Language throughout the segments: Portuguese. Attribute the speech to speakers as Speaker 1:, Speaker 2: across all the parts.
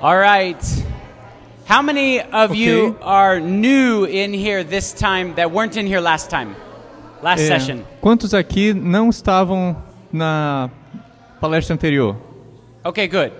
Speaker 1: All right. How many of you
Speaker 2: Okay.
Speaker 1: are new in here this time that weren't in here last time? Last
Speaker 2: É,
Speaker 1: session.
Speaker 2: Quantos aqui não estavam na palestra anterior?
Speaker 1: Okay, good.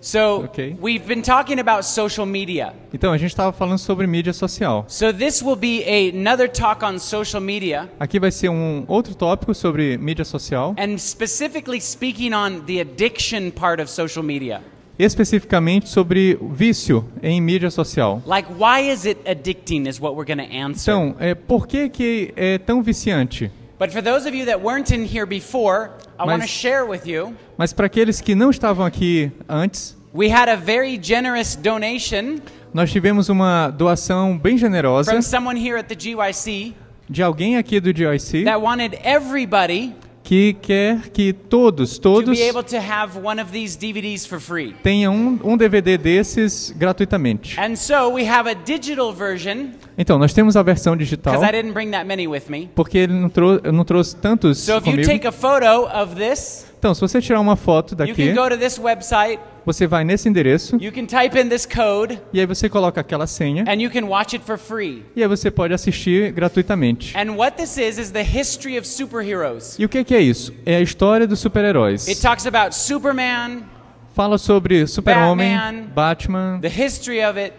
Speaker 1: So
Speaker 2: Okay.
Speaker 1: we've been talking about social media.
Speaker 2: Então, a gente estava falando sobre mídia social.
Speaker 1: So this will be a- another talk on social media
Speaker 2: Aqui vai ser um outro tópico sobre mídia social,
Speaker 1: and specifically speaking on the addiction part of social media.
Speaker 2: especificamente sobre o vício em mídia social.
Speaker 1: Like why is it addicting is what we're going to answer.
Speaker 2: Então, é, por que, que é tão viciante?
Speaker 1: but for those of you that weren't in here before, I want to
Speaker 2: Mas-
Speaker 1: share with you.
Speaker 2: Mas para aqueles que não estavam aqui antes,
Speaker 1: We had a very generous donation
Speaker 2: nós tivemos uma doação bem generosa
Speaker 1: from someone here at the GYC
Speaker 2: de alguém aqui do GIC
Speaker 1: that wanted everybody
Speaker 2: que quer que todos,
Speaker 1: to
Speaker 2: todos
Speaker 1: be able to have one of these DVDs for free.
Speaker 2: tenha um, um DVD desses gratuitamente.
Speaker 1: And so we have a digital version
Speaker 2: Então, nós temos a versão digital,
Speaker 1: because I didn't bring that many with me.
Speaker 2: porque ele não, trou eu não trouxe tantos
Speaker 1: So if you
Speaker 2: comigo.
Speaker 1: take a photo of this,
Speaker 2: Então, se você tirar uma foto
Speaker 1: you can
Speaker 2: daqui,
Speaker 1: go to this website,
Speaker 2: você vai nesse endereço,
Speaker 1: you can type in this code,
Speaker 2: e aí você coloca aquela senha,
Speaker 1: and you can watch it for free.
Speaker 2: e aí você pode assistir gratuitamente.
Speaker 1: And what this is is the history of superheroes.
Speaker 2: E o que, que é isso? É a história dos super-heróis.
Speaker 1: It talks about Superman,
Speaker 2: Fala sobre Super-Homem,
Speaker 1: Batman.
Speaker 2: Batman,
Speaker 1: the history of it,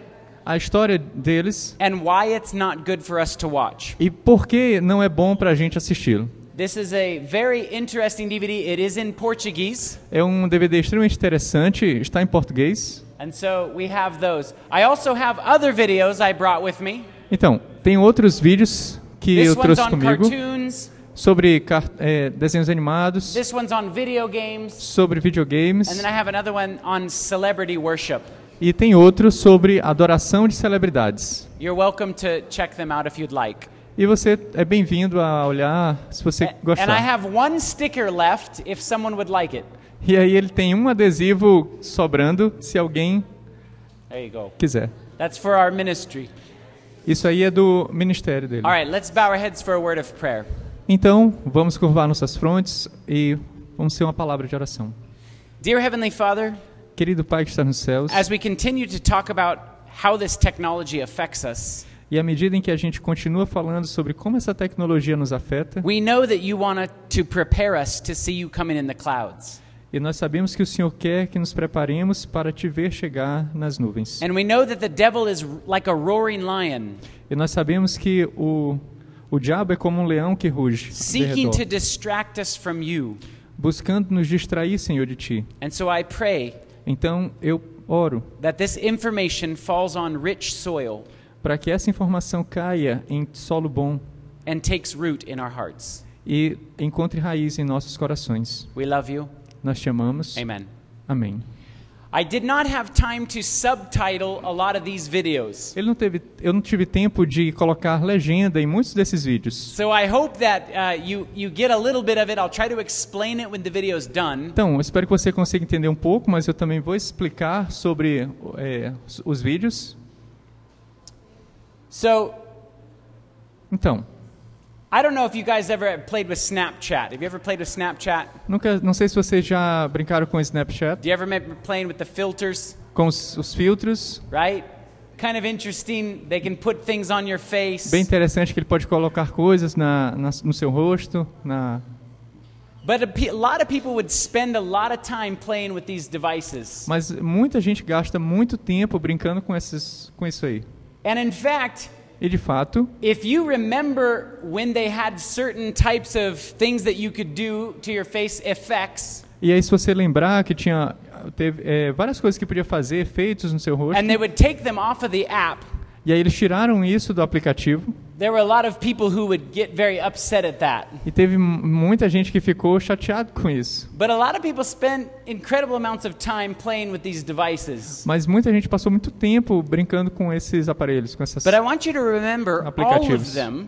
Speaker 2: a história deles
Speaker 1: and why it's not good for us to watch.
Speaker 2: e por que não é bom pra gente assisti-lo.
Speaker 1: This is a very interesting DVD. It is in Portuguese,
Speaker 2: É um DVD extremamente interessante, está em português.
Speaker 1: and so we have those. I also have other videos I brought with me.
Speaker 2: Então, tem outros vídeos que
Speaker 1: This
Speaker 2: eu
Speaker 1: one's
Speaker 2: trouxe
Speaker 1: on
Speaker 2: comigo
Speaker 1: cartoons.
Speaker 2: sobre car- é, desenhos animados,
Speaker 1: This one's on video games.
Speaker 2: sobre videogames
Speaker 1: And then I have another one on celebrity worship.
Speaker 2: e tem outro sobre adoração de celebridades.
Speaker 1: You're welcome to check them out if you'd like.
Speaker 2: E você é bem-vindo a olhar se você
Speaker 1: And I
Speaker 2: gostar.
Speaker 1: have one sticker left if someone would like it.
Speaker 2: E aí ele tem um adesivo sobrando se alguém
Speaker 1: There you go.
Speaker 2: quiser.
Speaker 1: That's for our ministry.
Speaker 2: Isso aí é do ministério dele.
Speaker 1: All right, let's bow our heads for a word of prayer.
Speaker 2: Então, vamos curvar nossas frontes e vamos ter uma palavra de oração.
Speaker 1: Dear Heavenly Father,
Speaker 2: Querido Pai que está nos céus,
Speaker 1: as we continue to talk about how this technology affects us,
Speaker 2: e à medida em que a gente continua falando sobre como essa tecnologia nos afeta,
Speaker 1: We know that you want to prepare us to see you coming in the clouds.
Speaker 2: e nós sabemos que o Senhor quer que nos preparemos para te ver chegar nas nuvens.
Speaker 1: And we know that the devil is r- like a roaring lion,
Speaker 2: E nós sabemos que o, o diabo é como um leão que ruge, ao
Speaker 1: seeking
Speaker 2: derredor,
Speaker 1: to distract us from you.
Speaker 2: buscando nos distrair, Senhor, de ti.
Speaker 1: And so I pray
Speaker 2: Então, eu oro
Speaker 1: that this information falls on rich soil
Speaker 2: para que essa informação caia em solo bom
Speaker 1: and takes root in our hearts.
Speaker 2: e encontre raiz em nossos corações.
Speaker 1: We love you.
Speaker 2: Nós te amamos.
Speaker 1: Amen.
Speaker 2: Amém.
Speaker 1: I did not have time to subtitle a lot of these videos.
Speaker 2: Ele não teve, eu não tive tempo de colocar legenda em muitos desses vídeos.
Speaker 1: So I hope that uh, you, you get a little bit of it. I'll try to explain it when the video's done.
Speaker 2: Então, eu espero que você consiga entender um pouco, mas eu também vou explicar sobre é, os- os vídeos.
Speaker 1: So
Speaker 2: Então,
Speaker 1: I don't know if you guys ever have played with Snapchat. Have you ever played with Snapchat?
Speaker 2: nunca, não sei se vocês já brincaram com o
Speaker 1: Do
Speaker 2: Snapchat,
Speaker 1: you ever remember playing with the filters,
Speaker 2: com os, os filtros.
Speaker 1: right? Kind of interesting. They can put things on your face.
Speaker 2: Bem interessante que ele pode colocar coisas na, na- no seu rosto, na...
Speaker 1: But a, pe- a lot of people would spend a lot of time playing with these devices.
Speaker 2: mas muita gente gasta muito tempo brincando com, esses, com isso aí.
Speaker 1: And in fact,
Speaker 2: E de fato,
Speaker 1: if you remember when they had certain types of things that you could do to your face effects,
Speaker 2: E aí, se você lembrar que tinha teve, é, várias coisas que podia fazer, efeitos no seu rosto,
Speaker 1: and they would take them off of the app,
Speaker 2: e aí eles tiraram isso do aplicativo,
Speaker 1: there were a lot of people who would get very upset at that.
Speaker 2: e teve m- muita gente que ficou chateado com isso.
Speaker 1: But a lot of people spend incredible amounts of time playing with these devices.
Speaker 2: Mas muita gente passou muito tempo brincando com esses aparelhos, com essas.
Speaker 1: But I want you to remember all of
Speaker 2: Aplicativos.
Speaker 1: them,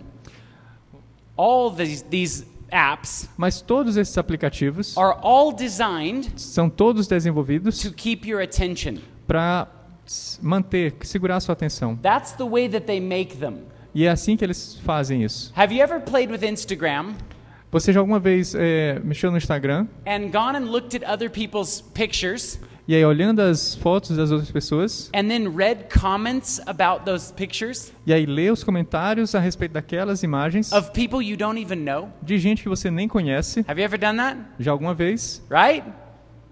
Speaker 1: all these, these apps
Speaker 2: Mas todos esses aplicativos
Speaker 1: are all designed
Speaker 2: são todos
Speaker 1: to
Speaker 2: desenvolvidos
Speaker 1: keep your attention.
Speaker 2: para manter, segurar a sua atenção.
Speaker 1: That's the way that they make them.
Speaker 2: E é assim que eles fazem isso.
Speaker 1: Have you ever played with Instagram
Speaker 2: Você já alguma vez é, mexeu no Instagram
Speaker 1: and gone and looked at other people's pictures
Speaker 2: E aí, olhando as fotos das outras pessoas,
Speaker 1: and then read comments about those pictures
Speaker 2: e aí lê os comentários a respeito daquelas imagens
Speaker 1: of people you don't even know.
Speaker 2: de gente que você nem conhece
Speaker 1: Have you ever done that?
Speaker 2: já alguma vez.
Speaker 1: Right?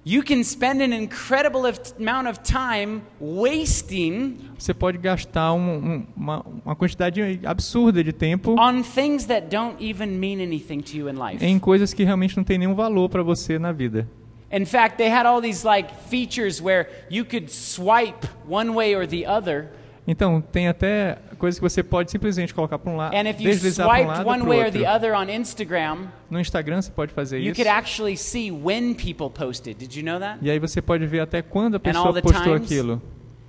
Speaker 1: You can spend an incredible of- amount of time wasting
Speaker 2: Você pode gastar um- um- uma, uma quantidade absurda de tempo
Speaker 1: on things that don't even mean anything to you in life.
Speaker 2: em coisas que realmente não tem nenhum valor para você na vida.
Speaker 1: In fact, they had all these like features where you could swipe one way or the other,
Speaker 2: Então, tem até coisas que você pode simplesmente colocar para um lado,
Speaker 1: and if you
Speaker 2: deslizar para um
Speaker 1: swiped
Speaker 2: lado
Speaker 1: one
Speaker 2: para
Speaker 1: way or the
Speaker 2: outro.
Speaker 1: other on Instagram,
Speaker 2: No Instagram você pode fazer
Speaker 1: you
Speaker 2: isso.
Speaker 1: could actually see when people posted. Did you know that?
Speaker 2: E aí você pode ver até quando a
Speaker 1: all
Speaker 2: pessoa
Speaker 1: the
Speaker 2: postou
Speaker 1: times.
Speaker 2: aquilo.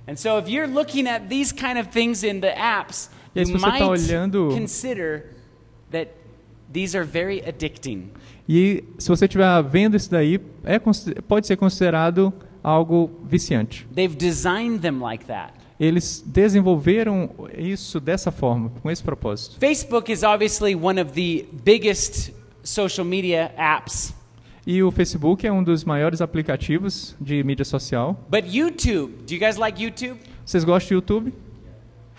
Speaker 1: And so if you're looking at these kind of things in the apps,
Speaker 2: E aí, se
Speaker 1: you
Speaker 2: você tá
Speaker 1: might
Speaker 2: olhando-
Speaker 1: consider that these are very addicting.
Speaker 2: E se você estiver vendo isso daí, é, consi- pode ser considerado algo viciante.
Speaker 1: They've designed them like that.
Speaker 2: Eles desenvolveram isso dessa forma, com esse propósito.
Speaker 1: Facebook is obviously one of the biggest social media apps,
Speaker 2: E o Facebook é um dos maiores aplicativos de mídia social.
Speaker 1: but YouTube, do you guys like YouTube?
Speaker 2: Vocês gostam de YouTube?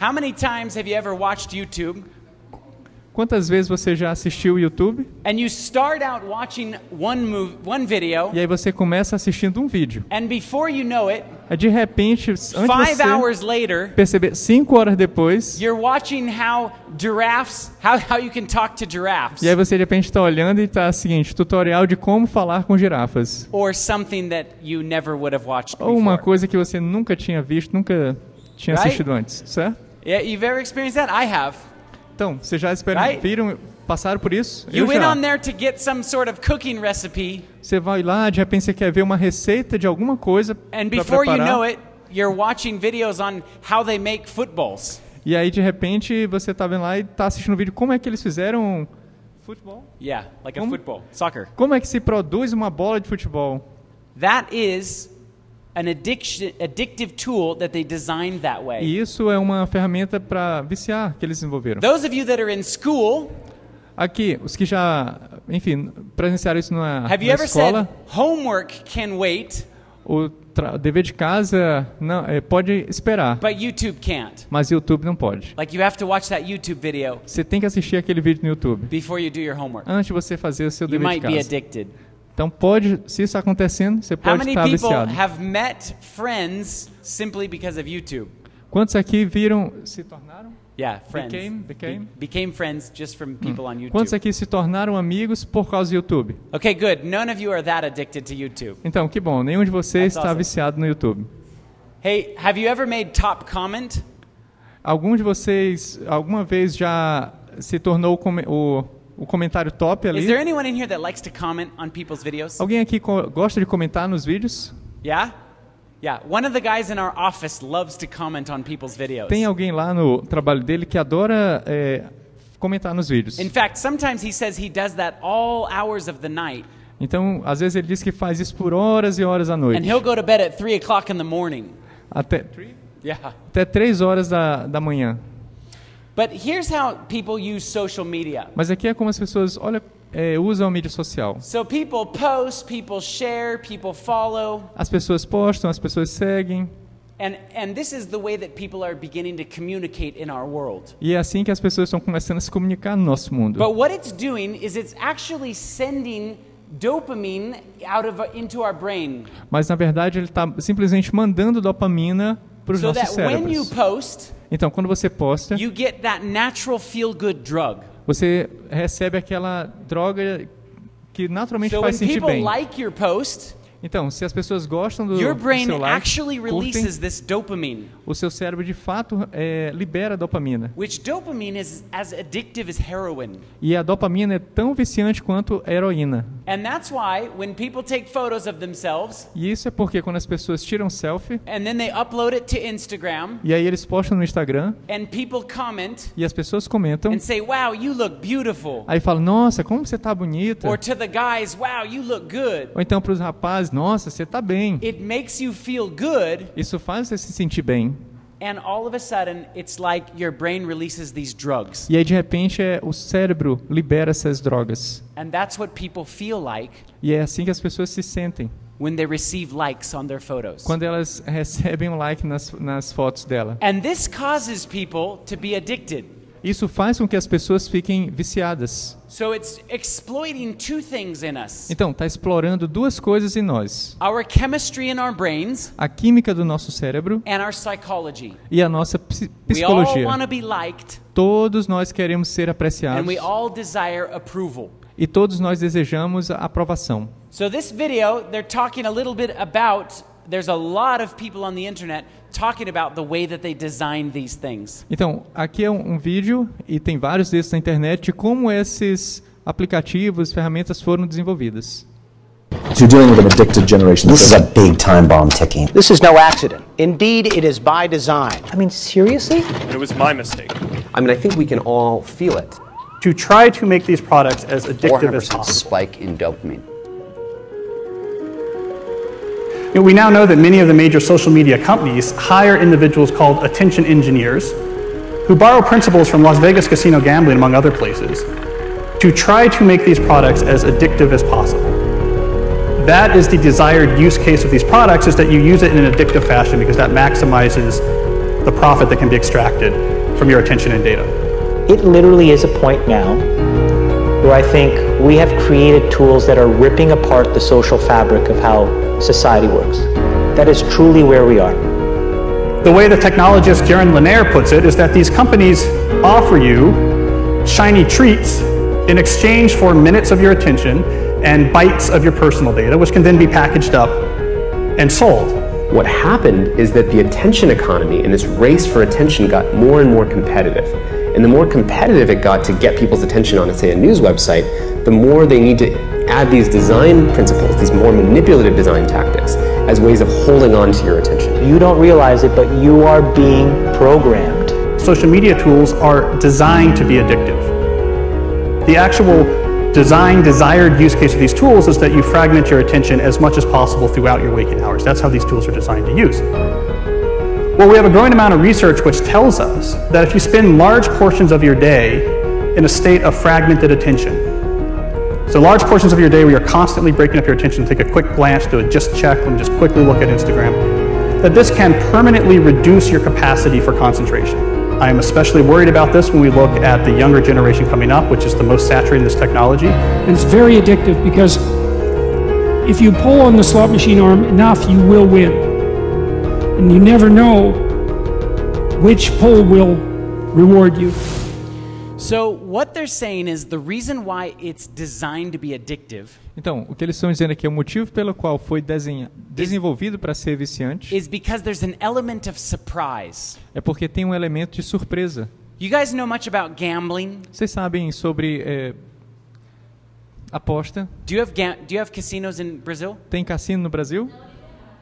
Speaker 1: How many times have you ever watched YouTube
Speaker 2: Quantas vezes você já assistiu o YouTube?
Speaker 1: and you start out watching one move, one video,
Speaker 2: E aí você começa assistindo um vídeo.
Speaker 1: and before you know it,
Speaker 2: Aí, De repente, antes de
Speaker 1: five
Speaker 2: você
Speaker 1: hours later,
Speaker 2: perceber, cinco horas depois,
Speaker 1: you're watching how giraffes, how, how you can talk to giraffes,
Speaker 2: e aí você de repente está olhando e está o seguinte, tutorial de como falar com girafas.
Speaker 1: or something that you never would have watched
Speaker 2: Ou uma
Speaker 1: before.
Speaker 2: coisa que você nunca tinha visto, nunca tinha
Speaker 1: Right?
Speaker 2: assistido antes, certo?
Speaker 1: Yeah, you've ever experienced that? I have.
Speaker 2: Então, vocês já esperam,
Speaker 1: Right?
Speaker 2: viram, passaram por isso?
Speaker 1: You
Speaker 2: Eu
Speaker 1: went
Speaker 2: já.
Speaker 1: on there to get some sort of cooking recipe,
Speaker 2: Você vai lá, de repente você quer ver uma receita de alguma coisa para
Speaker 1: and before you
Speaker 2: preparar.
Speaker 1: know it, you're watching videos on how they make footballs.
Speaker 2: E aí, de repente, você tá vendo lá e tá assistindo o vídeo como é que eles fizeram futebol.
Speaker 1: Yeah, like a
Speaker 2: Como-
Speaker 1: football, soccer.
Speaker 2: Como é que se produz uma bola de futebol?
Speaker 1: That is an addiction, addictive tool that they designed that way.
Speaker 2: E isso é uma ferramenta para viciar que eles desenvolveram.
Speaker 1: Those of you that are in school,
Speaker 2: Aqui, os que já, enfim, presenciaram isso na,
Speaker 1: have you
Speaker 2: na
Speaker 1: ever
Speaker 2: escola,
Speaker 1: said homework can wait,
Speaker 2: o tra- dever de casa não, é, pode esperar,
Speaker 1: but YouTube can't?
Speaker 2: mas YouTube não pode.
Speaker 1: Like you have to watch that YouTube video
Speaker 2: Você tem que assistir aquele vídeo no YouTube
Speaker 1: before you do your homework.
Speaker 2: antes de você fazer o seu
Speaker 1: You
Speaker 2: dever de
Speaker 1: might be
Speaker 2: casa.
Speaker 1: addicted.
Speaker 2: Então pode, se isso acontecendo, você
Speaker 1: How
Speaker 2: pode
Speaker 1: many
Speaker 2: estar
Speaker 1: people
Speaker 2: viciado.
Speaker 1: have met friends simply because of YouTube?
Speaker 2: Quantos aqui viram, se tornaram?
Speaker 1: Yeah, friends.
Speaker 2: Became- became? Hmm.
Speaker 1: became friends just from people on YouTube.
Speaker 2: Quantos aqui se tornaram amigos por causa do YouTube?
Speaker 1: Okay, good. None of you are that addicted to YouTube.
Speaker 2: Então, que bom, nenhum de vocês
Speaker 1: That's
Speaker 2: está
Speaker 1: awesome.
Speaker 2: viciado no YouTube.
Speaker 1: Hey, have you ever made top comment?
Speaker 2: Algum de vocês alguma vez já se tornou o, come- o- o comentário top
Speaker 1: Is
Speaker 2: ali?
Speaker 1: there anyone in here that likes to comment on people's videos?
Speaker 2: Alguém aqui co- gosta de comentar nos vídeos?
Speaker 1: Yeah? Yeah. One of the guys in our office loves to comment on people's videos.
Speaker 2: Tem alguém lá no trabalho dele que adora é, comentar nos vídeos.
Speaker 1: In fact, sometimes he says he does that all hours of the night,
Speaker 2: Então, às vezes ele diz que faz isso por horas e horas à
Speaker 1: and
Speaker 2: noite.
Speaker 1: he'll go to bed at 3 o'clock in the morning.
Speaker 2: Até,
Speaker 1: Yeah.
Speaker 2: até três horas da, da manhã.
Speaker 1: But here's how people use social media.
Speaker 2: Mas aqui é como as pessoas olha, é, usam a mídia social.
Speaker 1: So people post, people share, people follow,
Speaker 2: As pessoas postam, as pessoas seguem.
Speaker 1: and, and this is the way that people are beginning to communicate in our world.
Speaker 2: E é assim que as pessoas estão começando a se comunicar no nosso mundo.
Speaker 1: But what it's doing is it's actually sending dopamine out of into our brain
Speaker 2: Mas na verdade ele está simplesmente mandando dopamina para os
Speaker 1: so
Speaker 2: nossos
Speaker 1: that when you
Speaker 2: cérebros.
Speaker 1: post,
Speaker 2: Então, quando você posta,
Speaker 1: you get that natural feel good drug.
Speaker 2: você recebe aquela droga que naturalmente
Speaker 1: So when
Speaker 2: faz sentir
Speaker 1: people
Speaker 2: bem.
Speaker 1: like your post,
Speaker 2: Então, se as pessoas gostam do,
Speaker 1: your
Speaker 2: do
Speaker 1: brain
Speaker 2: seu like,
Speaker 1: actually
Speaker 2: curtem,
Speaker 1: releases this dopamine,
Speaker 2: o seu cérebro de fato é, libera dopamina.
Speaker 1: which dopamine is as addictive as heroin.
Speaker 2: E a dopamina é tão viciante quanto a heroína.
Speaker 1: And that's why when people take photos of themselves
Speaker 2: E isso é porque quando as pessoas tiram selfie
Speaker 1: and then they upload it to Instagram
Speaker 2: e aí eles postam no Instagram
Speaker 1: and people comment
Speaker 2: e as pessoas comentam,
Speaker 1: and say, "Wow, you look beautiful."
Speaker 2: aí falam: "Nossa, como você tá bonita".
Speaker 1: Or to the guys, "Wow, you look good."
Speaker 2: Ou então para os rapazes: "Nossa, você tá bem".
Speaker 1: It makes you feel good,
Speaker 2: Isso faz você se sentir bem.
Speaker 1: and all of a sudden, it's like your brain releases these drugs.
Speaker 2: E aí de repente é o cérebro libera essas drogas.
Speaker 1: And that's what people feel like
Speaker 2: E é assim que as pessoas se sentem.
Speaker 1: when they receive likes on their photos.
Speaker 2: quando elas recebem um like nas, nas fotos dela.
Speaker 1: And this causes people to be addicted.
Speaker 2: Isso faz com que as pessoas fiquem viciadas.
Speaker 1: So it's exploiting two things in us
Speaker 2: Então, está explorando duas coisas em nós:
Speaker 1: our chemistry in our brains
Speaker 2: a química do nosso cérebro
Speaker 1: and our psychology.
Speaker 2: e a nossa psi-
Speaker 1: We all
Speaker 2: psicologia.
Speaker 1: want to be liked
Speaker 2: Todos nós queremos ser apreciados
Speaker 1: and we all desire approval.
Speaker 2: e todos nós desejamos a aprovação.
Speaker 1: So this video, they're talking a little bit about there's a lot of people on the internet talking about the way that they design these things.
Speaker 2: Então, aqui é um, um vídeo e tem vários textos na internet de como esses aplicativos, ferramentas foram desenvolvidas.
Speaker 3: You're dealing with an addicted generation.
Speaker 4: This is a big time bomb ticking.
Speaker 5: This is no accident. Indeed, it is by design.
Speaker 6: I mean, seriously?
Speaker 7: and it was my mistake.
Speaker 8: I mean, I think we can all feel it.
Speaker 9: to try to make these products as addictive as
Speaker 8: 400%
Speaker 9: possible.
Speaker 8: spike in dopamine.
Speaker 9: You know, we now know that many of the major social media companies hire individuals called attention engineers who borrow principles from Las Vegas casino gambling, among other places, to try to make these products as addictive as possible. That is the desired use case of these products is that you use it in an addictive fashion because that maximizes the profit that can be extracted from your attention and data.
Speaker 6: It literally is a point now where I think we have created tools that are ripping apart the social fabric of how society works. That is truly where we are.
Speaker 9: The way the technologist Jaron Lanier puts it is that these companies offer you shiny treats in exchange for minutes of your attention and bytes of your personal data, which can then be packaged up and sold.
Speaker 8: What happened is that the attention economy and this race for attention got more and more competitive. And the more competitive it got to get people's attention on, say, a news website, the more they need to add these design principles, these more manipulative design tactics, as ways of holding on to your attention.
Speaker 6: You don't realize it, but you are being programmed.
Speaker 9: Social media tools are designed to be addictive. The actual design desired use case of these tools is that you fragment your attention as much as possible throughout your waking hours. That's how these tools are designed to use. Well, we have a growing amount of research which tells us that if you spend large portions of your day in a state of fragmented attention, so large portions of your day where you're constantly breaking up your attention, take a quick glance, do a just check, let me just quickly look at Instagram, that this can permanently reduce your capacity for concentration. I am especially worried about this when we look at the younger generation coming up, which is the most saturated in this technology.
Speaker 10: And it's very addictive because if you pull on the slot machine arm enough, you will win. And you never know which pull will reward you.
Speaker 1: So what they're saying is the reason why it's designed to be addictive
Speaker 2: Então, o que eles estão dizendo aqui é o motivo pelo qual foi desenha- desenvolvido para ser viciante
Speaker 1: is because there's an element of surprise.
Speaker 2: é porque tem um elemento de surpresa.
Speaker 1: You guys know much about gambling?
Speaker 2: Vocês sabem sobre é, aposta?
Speaker 1: Do you have ga- do you have casinos in Brazil?
Speaker 2: Tem cassino no Brasil?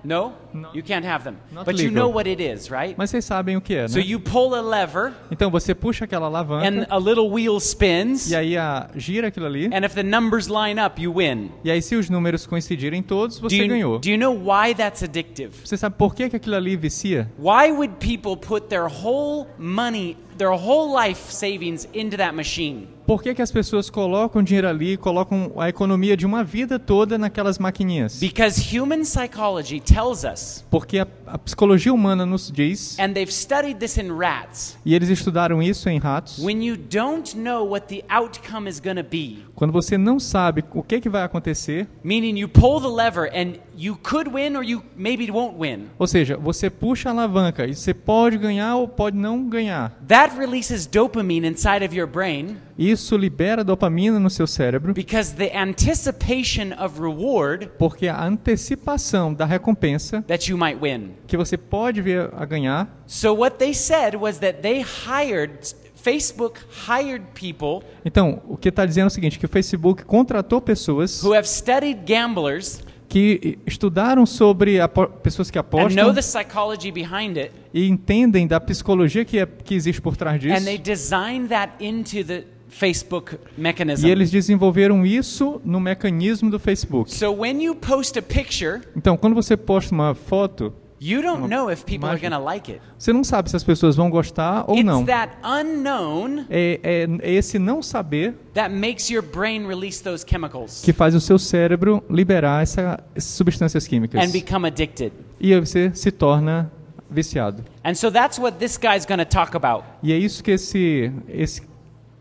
Speaker 1: No?
Speaker 2: No.
Speaker 1: You can't have them.
Speaker 2: Not
Speaker 1: but you
Speaker 2: legal.
Speaker 1: know what it is, right?
Speaker 2: Mas vocês sabem o que é, né?
Speaker 1: So you pull a lever
Speaker 2: Então, você puxa aquela alavanca
Speaker 1: and a little wheel spins
Speaker 2: e aí a, gira aquilo ali.
Speaker 1: and if the numbers line up, you win.
Speaker 2: E aí, se os números coincidirem todos,
Speaker 1: Do
Speaker 2: você
Speaker 1: you,
Speaker 2: ganhou.
Speaker 1: do you know why that's addictive?
Speaker 2: Você sabe por que, que aquilo ali vicia?
Speaker 1: Why would people put their whole money, their whole life savings into that machine?
Speaker 2: Por que, que as pessoas colocam dinheiro ali, colocam a economia de uma vida toda naquelas maquininhas?
Speaker 1: Because human psychology tells us,
Speaker 2: Porque a, a psicologia humana nos diz,
Speaker 1: and they've studied this in rats,
Speaker 2: e eles estudaram isso em ratos,
Speaker 1: when you don't know what the outcome is going to be,
Speaker 2: quando você não sabe o que, que vai acontecer,
Speaker 1: meaning you pull the lever and you could win or you maybe won't win,
Speaker 2: ou seja, você puxa a alavanca e você pode ganhar ou pode não ganhar.
Speaker 1: that releases dopamine inside of your brain
Speaker 2: Isso libera dopamina no seu cérebro,
Speaker 1: because the anticipation of reward
Speaker 2: porque a antecipação da recompensa
Speaker 1: that you might win.
Speaker 2: que você pode vir a ganhar
Speaker 1: So what they said was that they hired Facebook hired people
Speaker 2: Então, o que está dizendo é o seguinte, que o Facebook contratou pessoas
Speaker 1: who have studied gamblers
Speaker 2: que estudaram sobre apo- pessoas que
Speaker 1: and know
Speaker 2: apostam
Speaker 1: the psychology behind it,
Speaker 2: e entendem da psicologia que, é, que existe por trás disso.
Speaker 1: and they designed that into the Facebook
Speaker 2: E
Speaker 1: mechanism.
Speaker 2: eles desenvolveram isso no mecanismo do Facebook.
Speaker 1: so when you post a picture,
Speaker 2: Então, quando você posta uma foto,
Speaker 1: You don't know if people are
Speaker 2: imagem.
Speaker 1: going to like it.
Speaker 2: Você não sabe se as pessoas vão gostar ou
Speaker 1: It's
Speaker 2: não.
Speaker 1: that unknown
Speaker 2: É, é- é esse não saber
Speaker 1: that makes your brain release those chemicals
Speaker 2: que faz o seu cérebro liberar essa- essas substâncias químicas.
Speaker 1: and become addicted.
Speaker 2: E aí você se torna viciado.
Speaker 1: And so that's what this guy's going to talk about.
Speaker 2: E é isso que esse, esse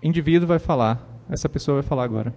Speaker 2: indivíduo vai falar. Essa pessoa vai falar agora.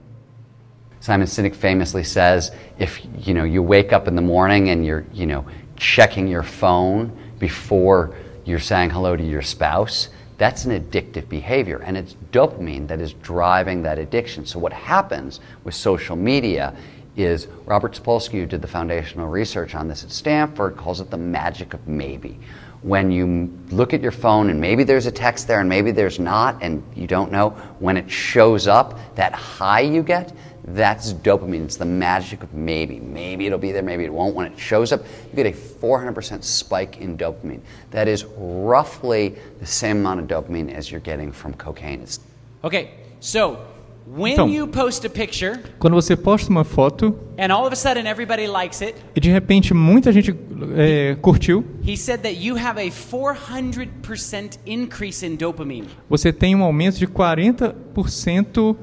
Speaker 7: Simon Sinek famously says, if you know you wake up in the morning and you're you know checking your phone before you're saying hello to your spouse, that's an addictive behavior, and it's dopamine that is driving that addiction. So what happens with social media is Robert Sapolsky, who did the foundational research on this at Stanford, calls it the magic of maybe. When you m- look at your phone and maybe there's a text there and maybe there's not, and you don't know, when it shows up, that high you get, that's dopamine. It's the magic of maybe. Maybe it'll be there, maybe it won't. When it shows up, you get a 400% spike in dopamine. That is roughly the same amount of dopamine as you're getting from cocaine. It's
Speaker 1: Okay, so when
Speaker 2: Então.
Speaker 1: you post a picture
Speaker 2: Quando você posta uma foto
Speaker 1: and all of a sudden everybody likes it,
Speaker 2: e de repente muita gente é, curtiu,
Speaker 1: he said that you have a 400% increase in dopamine,
Speaker 2: você tem um aumento de 40%,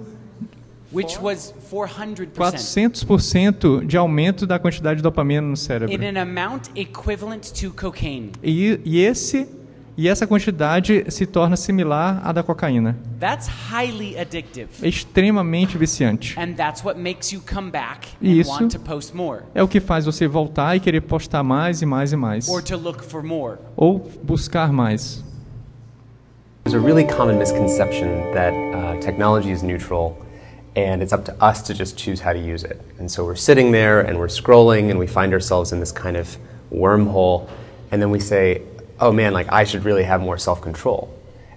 Speaker 1: which was 400%.
Speaker 2: 400% de aumento da quantidade de dopamina no
Speaker 1: In
Speaker 2: cérebro.
Speaker 1: an amount equivalent to cocaine.
Speaker 2: E, e esse e essa quantidade se torna similar à da cocaína.
Speaker 1: That's highly addictive.
Speaker 2: É extremamente viciante.
Speaker 1: And that's what makes you come back and
Speaker 2: Isso.
Speaker 1: want to post more
Speaker 2: É o que faz você voltar e querer postar mais e mais e mais.
Speaker 1: or to look for more.
Speaker 2: Ou buscar mais.
Speaker 8: There's a really common misconception that uh, technology is neutral and it's up to us to just choose how to use it. And so we're sitting there and we're scrolling and we find ourselves in this kind of wormhole and then we say, oh man, like I should really have more self control.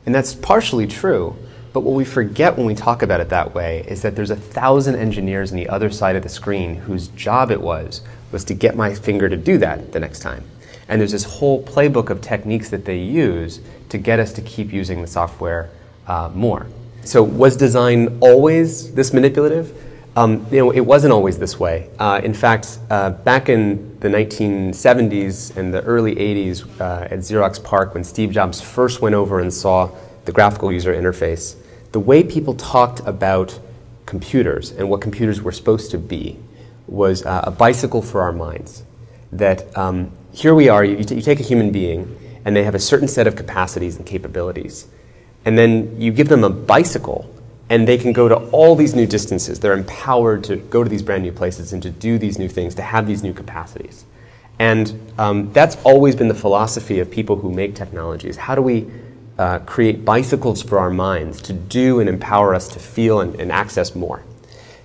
Speaker 8: And that's partially true, but what we forget when we talk about it that way is that there's a thousand engineers on the other side of the screen whose job it was was to get my finger to do that the next time. And there's this whole playbook of techniques that they use to get us to keep using the software uh, more. So, was design always this manipulative? Um, you know, it wasn't always this way. Uh, in fact, uh, back in the 1970s and the early 80s uh, at Xerox Park, when Steve Jobs first went over and saw the graphical user interface, the way people talked about computers and what computers were supposed to be was uh, a bicycle for our minds. That um, here we are, you, you ta- you take a human being, and they have a certain set of capacities and capabilities. And then you give them a bicycle, and they can go to all these new distances. They're empowered to go to these brand new places and to do these new things, to have these new capacities. And um, that's always been the philosophy of people who make technologies. How do we uh, create bicycles for our minds to do and empower us to feel and, and access more?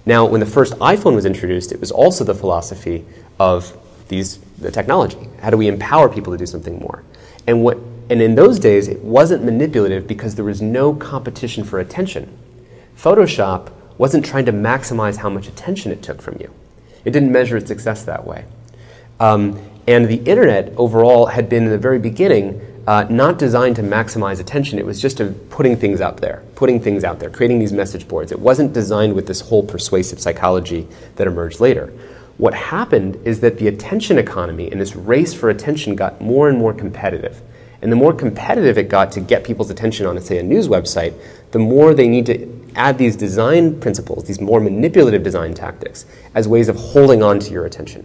Speaker 8: Now, when the first iPhone was introduced, it was also the philosophy of these the technology. How do we empower people to do something more? And what and in those days, it wasn't manipulative because there was no competition for attention. Photoshop wasn't trying to maximize how much attention it took from you. It didn't measure its success that way. Um, and the internet overall had been in the very beginning uh, not designed to maximize attention. It was just a putting things out there, putting things out there, creating these message boards. It wasn't designed with this whole persuasive psychology that emerged later. What happened is that the attention economy and this race for attention got more and more competitive. And the more competitive it got to get people's attention on, say, a news website, the more they need to add these design principles, these more manipulative design tactics, as ways of holding on to your attention.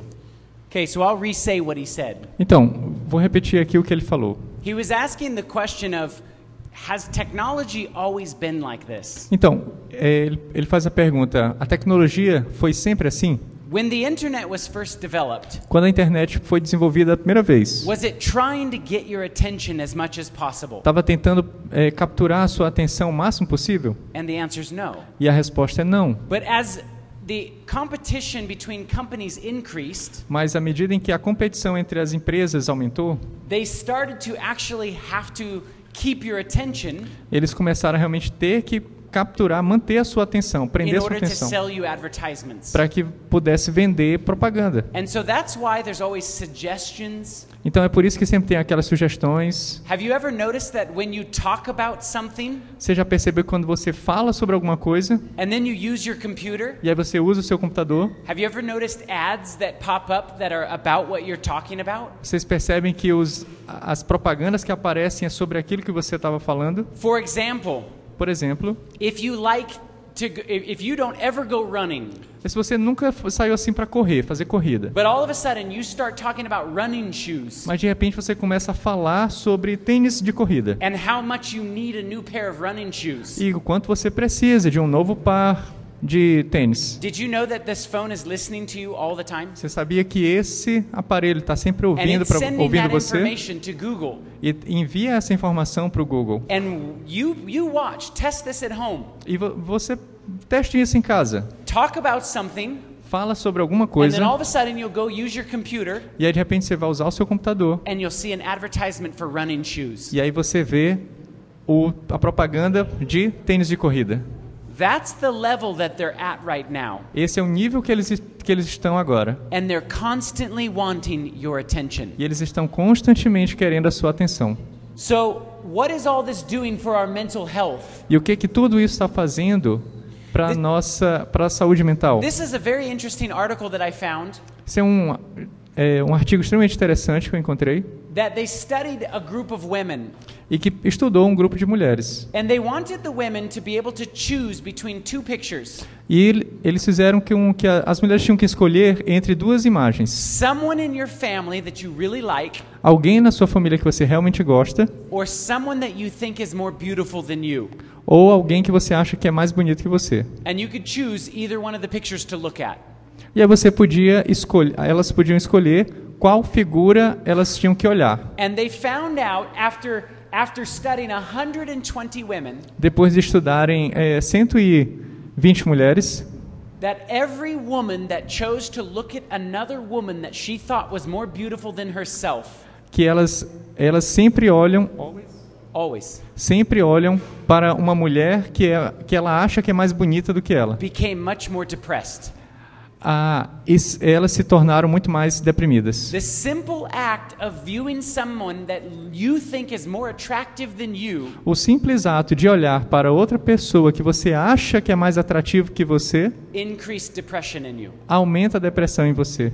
Speaker 1: Okay, so I'll re say what he said.
Speaker 2: Então, vou repetir aqui o que ele falou.
Speaker 1: He was asking the question of Has technology always been like this?
Speaker 2: Então, é, ele, ele faz a pergunta: a tecnologia foi sempre assim?
Speaker 1: When the internet was first developed,
Speaker 2: Quando a internet foi desenvolvida a primeira vez,
Speaker 1: was it trying to get your attention as much as possible?
Speaker 2: estava tentando é, capturar a sua atenção o máximo possível?
Speaker 1: And the answer is no.
Speaker 2: E a resposta é não.
Speaker 1: But as the competition between companies increased,
Speaker 2: Mas à medida em que a competição entre as empresas aumentou,
Speaker 1: they started to actually have to keep your attention
Speaker 2: eles começaram a realmente ter que capturar, manter a sua atenção,
Speaker 1: in
Speaker 2: prender a sua
Speaker 1: order to
Speaker 2: atenção,
Speaker 1: sell you advertisements.
Speaker 2: para que pudesse vender propaganda.
Speaker 1: And so that's why there's always suggestions.
Speaker 2: Então é por isso que sempre tem aquelas sugestões.
Speaker 1: Have you ever noticed that when you talk about something
Speaker 2: Você já percebeu que quando você fala sobre alguma coisa
Speaker 1: and then you use your computer?
Speaker 2: e aí você usa o seu computador,
Speaker 1: Have you ever noticed ads that pop up that are about what you're talking about?
Speaker 2: vocês percebem que os, as propagandas que aparecem é sobre aquilo que você estava falando.
Speaker 1: For example,
Speaker 2: Por exemplo,
Speaker 1: if you like to g- if if you don't ever go running,
Speaker 2: se você nunca f- saiu assim para correr, fazer corrida,
Speaker 1: but all of a sudden you start talking about running shoes
Speaker 2: mas de repente você começa a falar sobre tênis de corrida
Speaker 1: and how much you need a new pair of running shoes.
Speaker 2: e o quanto você precisa de um novo par de tênis.
Speaker 1: Did you know that this phone is listening to you all the time?
Speaker 2: Você sabia que esse aparelho está sempre
Speaker 1: And
Speaker 2: ouvindo,
Speaker 1: it's
Speaker 2: pra,
Speaker 1: sending
Speaker 2: ouvindo
Speaker 1: that
Speaker 2: você
Speaker 1: information to Google.
Speaker 2: e envia essa informação para o Google.
Speaker 1: And you you watch, test this at home.
Speaker 2: E vo- você teste isso em casa.
Speaker 1: Talk about something,
Speaker 2: Fala sobre alguma
Speaker 1: and
Speaker 2: coisa
Speaker 1: then all of a sudden you'll go use your computer
Speaker 2: e aí de repente você vai usar o seu computador
Speaker 1: and you'll see an advertisement for running shoes.
Speaker 2: e aí você vê o, a propaganda de tênis de corrida.
Speaker 1: That's the level that they're at right now.
Speaker 2: Esse é o nível que eles, que eles estão agora.
Speaker 1: And they're constantly wanting your attention.
Speaker 2: E eles estão constantemente querendo a sua atenção.
Speaker 1: So, what is all this doing for our mental health?
Speaker 2: E o que que tudo isso está fazendo para nossa para a saúde mental?
Speaker 1: This is a very interesting article that I found
Speaker 2: Esse é um é, um artigo extremamente interessante que eu encontrei
Speaker 1: that they studied a group of women
Speaker 2: e que estudou um grupo de mulheres.
Speaker 1: and they wanted the women to be able to choose between two pictures.
Speaker 2: E ele- eles fizeram que, um, que a- as mulheres tinham que escolher entre duas imagens:
Speaker 1: Someone in your family that you really like
Speaker 2: alguém na sua família que você realmente gosta
Speaker 1: or someone that you think is more beautiful than you.
Speaker 2: ou alguém que você acha que é mais bonito que você.
Speaker 1: And you could choose either one of the pictures to look at.
Speaker 2: E aí você podia escolher, elas podiam escolher qual figura elas tinham que olhar.
Speaker 1: And they found out after after studying 120 women
Speaker 2: Depois de estudarem é, 120 mulheres,
Speaker 1: that every woman that chose to look at another woman that she thought was more beautiful than herself
Speaker 2: que elas elas sempre olham
Speaker 1: always
Speaker 2: sempre olham para uma mulher que é que ela acha que é mais bonita do que ela.
Speaker 1: became much more depressed.
Speaker 2: Ah, es- elas se tornaram muito mais deprimidas.
Speaker 1: The simple act of viewing someone that you think is more attractive than you
Speaker 2: O simples ato de olhar para outra pessoa que você acha que é mais atrativo que você
Speaker 1: increased depression in you.
Speaker 2: aumenta a depressão em você.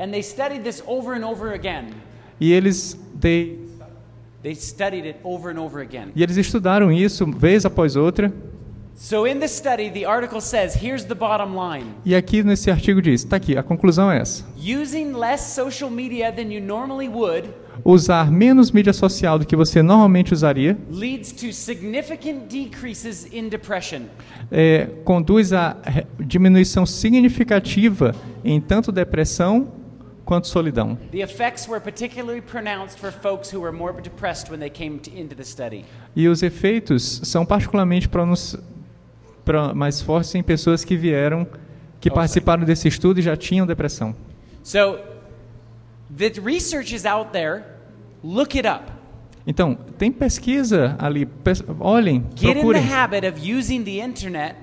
Speaker 1: And they studied this over and over again.
Speaker 2: E eles they,
Speaker 1: They studied it over and over again.
Speaker 2: e eles estudaram isso vez após outra.
Speaker 1: So in this study, the article says, here's the bottom line.
Speaker 2: E aqui nesse artigo diz, tá aqui, a conclusão é essa.
Speaker 1: Using less social media than you normally would
Speaker 2: Usar menos mídia social do que você normalmente usaria
Speaker 1: leads to significant decreases in depression.
Speaker 2: é, conduz a re- diminuição significativa em tanto depressão quanto solidão.
Speaker 1: The effects were particularly pronounced for folks who were more depressed when they came to, into the study.
Speaker 2: E os efeitos são particularmente pronunci- pro- mais fortes em pessoas que vieram, que participaram desse estudo e já tinham depressão.
Speaker 1: So the research is out there. Look it up.
Speaker 2: Então, tem pesquisa ali, pes- olhem,
Speaker 1: Get in the
Speaker 2: procurem.
Speaker 1: habit of using the internet.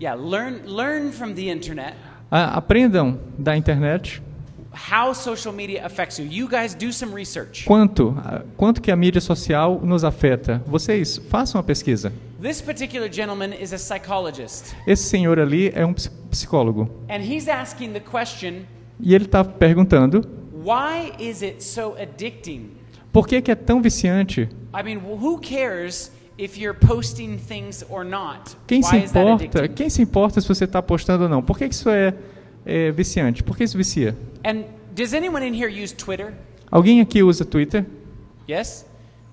Speaker 1: Yeah, learn learn from the internet
Speaker 2: A- aprendam da internet
Speaker 1: how social media affects you. You guys do some research.
Speaker 2: quanto, a- quanto que a mídia social nos afeta. Vocês façam a pesquisa.
Speaker 1: This particular gentleman is a psychologist,
Speaker 2: Esse senhor ali é um ps- psicólogo
Speaker 1: and he's asking the question,
Speaker 2: e ele está perguntando
Speaker 1: why is it so addicting?
Speaker 2: Por que, que é tão viciante?
Speaker 1: I mean, wh- who cares if you're posting things or not?
Speaker 2: Quem
Speaker 1: Why
Speaker 2: se
Speaker 1: is that
Speaker 2: importa?
Speaker 1: addicting?
Speaker 2: Quem se importa se você está postando ou não? Por que, que isso é, é, viciante? Por que isso vicia?
Speaker 1: And does anyone in here use Twitter?
Speaker 2: Alguém aqui usa Twitter?
Speaker 1: Yes?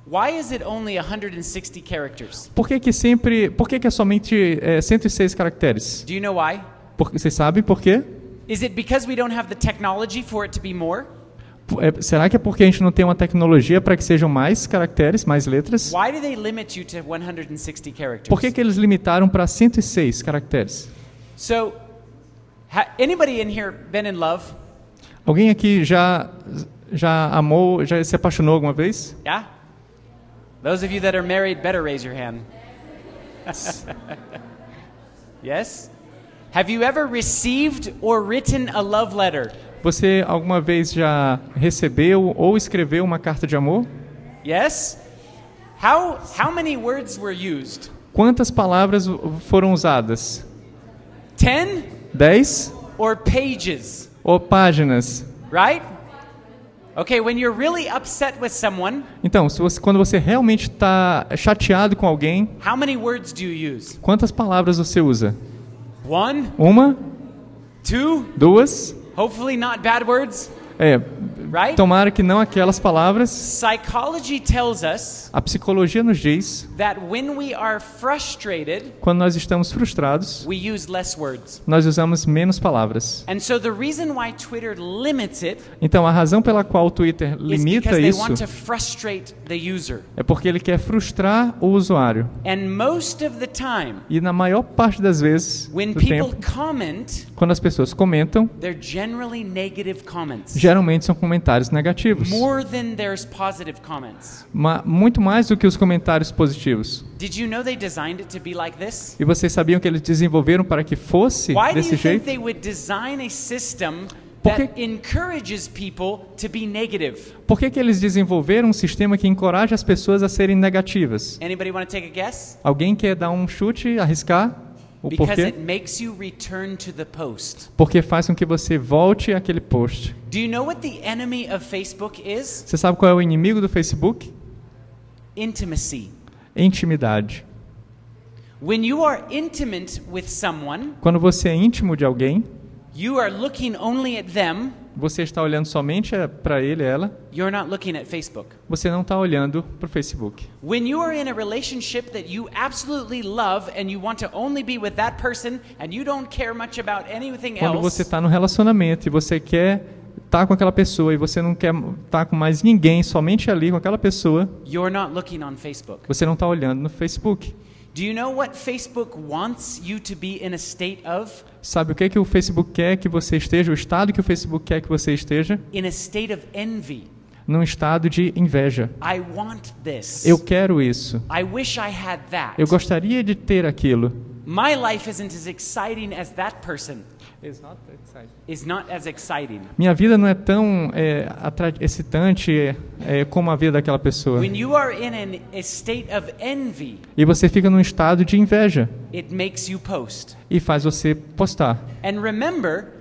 Speaker 1: Why is it only 160 characters?
Speaker 2: Por que, que sempre. Por que, que é somente é, 106 caracteres?
Speaker 1: Do you know why?
Speaker 2: Por, vocês sabem por quê?
Speaker 1: Is it because we don't have the technology for it to be more?
Speaker 2: P- é, será que é porque a gente não tem uma tecnologia para que sejam mais caracteres, mais letras?
Speaker 1: Why do they limit you to 160 characters?
Speaker 2: Por que, que eles limitaram para 106 caracteres?
Speaker 1: So, ha- anybody in here been in love?
Speaker 2: Alguém aqui já, já amou, já se apaixonou alguma vez?
Speaker 1: Yeah? Those of you that are married better raise your hand.
Speaker 2: yes.
Speaker 1: Yes? Have you ever received or written a love letter?
Speaker 2: Você alguma vez já recebeu ou escreveu uma carta de amor?
Speaker 1: Yes? How, how many words were used?
Speaker 2: Quantas palavras foram usadas?
Speaker 1: 10
Speaker 2: Dez
Speaker 1: or pages,
Speaker 2: ou páginas?
Speaker 1: right? Okay, when you're really upset with someone,
Speaker 2: Então, se você, quando você realmente está chateado com alguém,
Speaker 1: how many words do you use?
Speaker 2: quantas palavras você usa?
Speaker 1: One,
Speaker 2: Uma,
Speaker 1: two,
Speaker 2: duas?
Speaker 1: hopefully not bad words,
Speaker 2: É,
Speaker 1: right?
Speaker 2: tomara que não aquelas palavras.
Speaker 1: Psychology tells us
Speaker 2: A psicologia nos diz,
Speaker 1: that when we are frustrated,
Speaker 2: quando nós estamos frustrados,
Speaker 1: we use less words.
Speaker 2: nós usamos menos palavras.
Speaker 1: And so the reason why Twitter limits it
Speaker 2: Então, a razão pela qual o Twitter
Speaker 1: is because
Speaker 2: limita
Speaker 1: they
Speaker 2: isso
Speaker 1: want to frustrate the user.
Speaker 2: é porque ele quer frustrar o usuário.
Speaker 1: And most of the time,
Speaker 2: E na maior parte das vezes
Speaker 1: when
Speaker 2: do
Speaker 1: people
Speaker 2: tempo,
Speaker 1: comment,
Speaker 2: quando as pessoas comentam,
Speaker 1: they're generally negative comments.
Speaker 2: geralmente são comentários negativos.
Speaker 1: More than there's positive comments.
Speaker 2: Ma- muito mais do que os comentários positivos.
Speaker 1: Did you know they designed it to be like this?
Speaker 2: E vocês sabiam que eles desenvolveram para que fosse
Speaker 1: Why do
Speaker 2: desse
Speaker 1: you think
Speaker 2: jeito?
Speaker 1: they would design a system
Speaker 2: Por
Speaker 1: that
Speaker 2: que-
Speaker 1: encourages people to be negative?
Speaker 2: Por que, que eles desenvolveram um sistema que encoraja as pessoas a serem negativas?
Speaker 1: Anybody want to take a guess?
Speaker 2: Alguém quer dar um chute, arriscar? O
Speaker 1: Because
Speaker 2: porquê?
Speaker 1: it makes you return to the post.
Speaker 2: Porque faz com que você volte àquele post.
Speaker 1: Do you know what the enemy of Facebook is?
Speaker 2: Você sabe qual é o inimigo do Facebook?
Speaker 1: Intimacy.
Speaker 2: Intimidade.
Speaker 1: When you are intimate with someone,
Speaker 2: Quando você é íntimo de alguém,
Speaker 1: you are looking only at them,
Speaker 2: você está olhando somente para ele, é ela,
Speaker 1: you're not looking at Facebook.
Speaker 2: você não está olhando para o Facebook.
Speaker 1: When you are in a relationship that you absolutely love and you want to only be with that person and you don't care much about anything
Speaker 2: Quando
Speaker 1: else,
Speaker 2: você está num relacionamento e você quer estar com aquela pessoa e você não quer estar com mais ninguém, somente ali com aquela pessoa,
Speaker 1: you're not looking on Facebook.
Speaker 2: você não está olhando no Facebook.
Speaker 1: Do you know what Facebook wants you to be in a state of?
Speaker 2: Sabe o que, que o Facebook quer que você esteja, o estado que o Facebook quer que você esteja?
Speaker 1: In a state of envy.
Speaker 2: Num estado de inveja.
Speaker 1: I want this.
Speaker 2: Eu quero isso.
Speaker 1: I wish I had that.
Speaker 2: Eu gostaria de ter aquilo.
Speaker 1: My life isn't as exciting as that person. Is not as exciting.
Speaker 2: Minha vida não é tão é, atra- excitante é, como a vida daquela pessoa.
Speaker 1: When you are in an, a state of envy,
Speaker 2: E você fica num estado de inveja
Speaker 1: it makes you post.
Speaker 2: e faz você postar.
Speaker 1: And remember,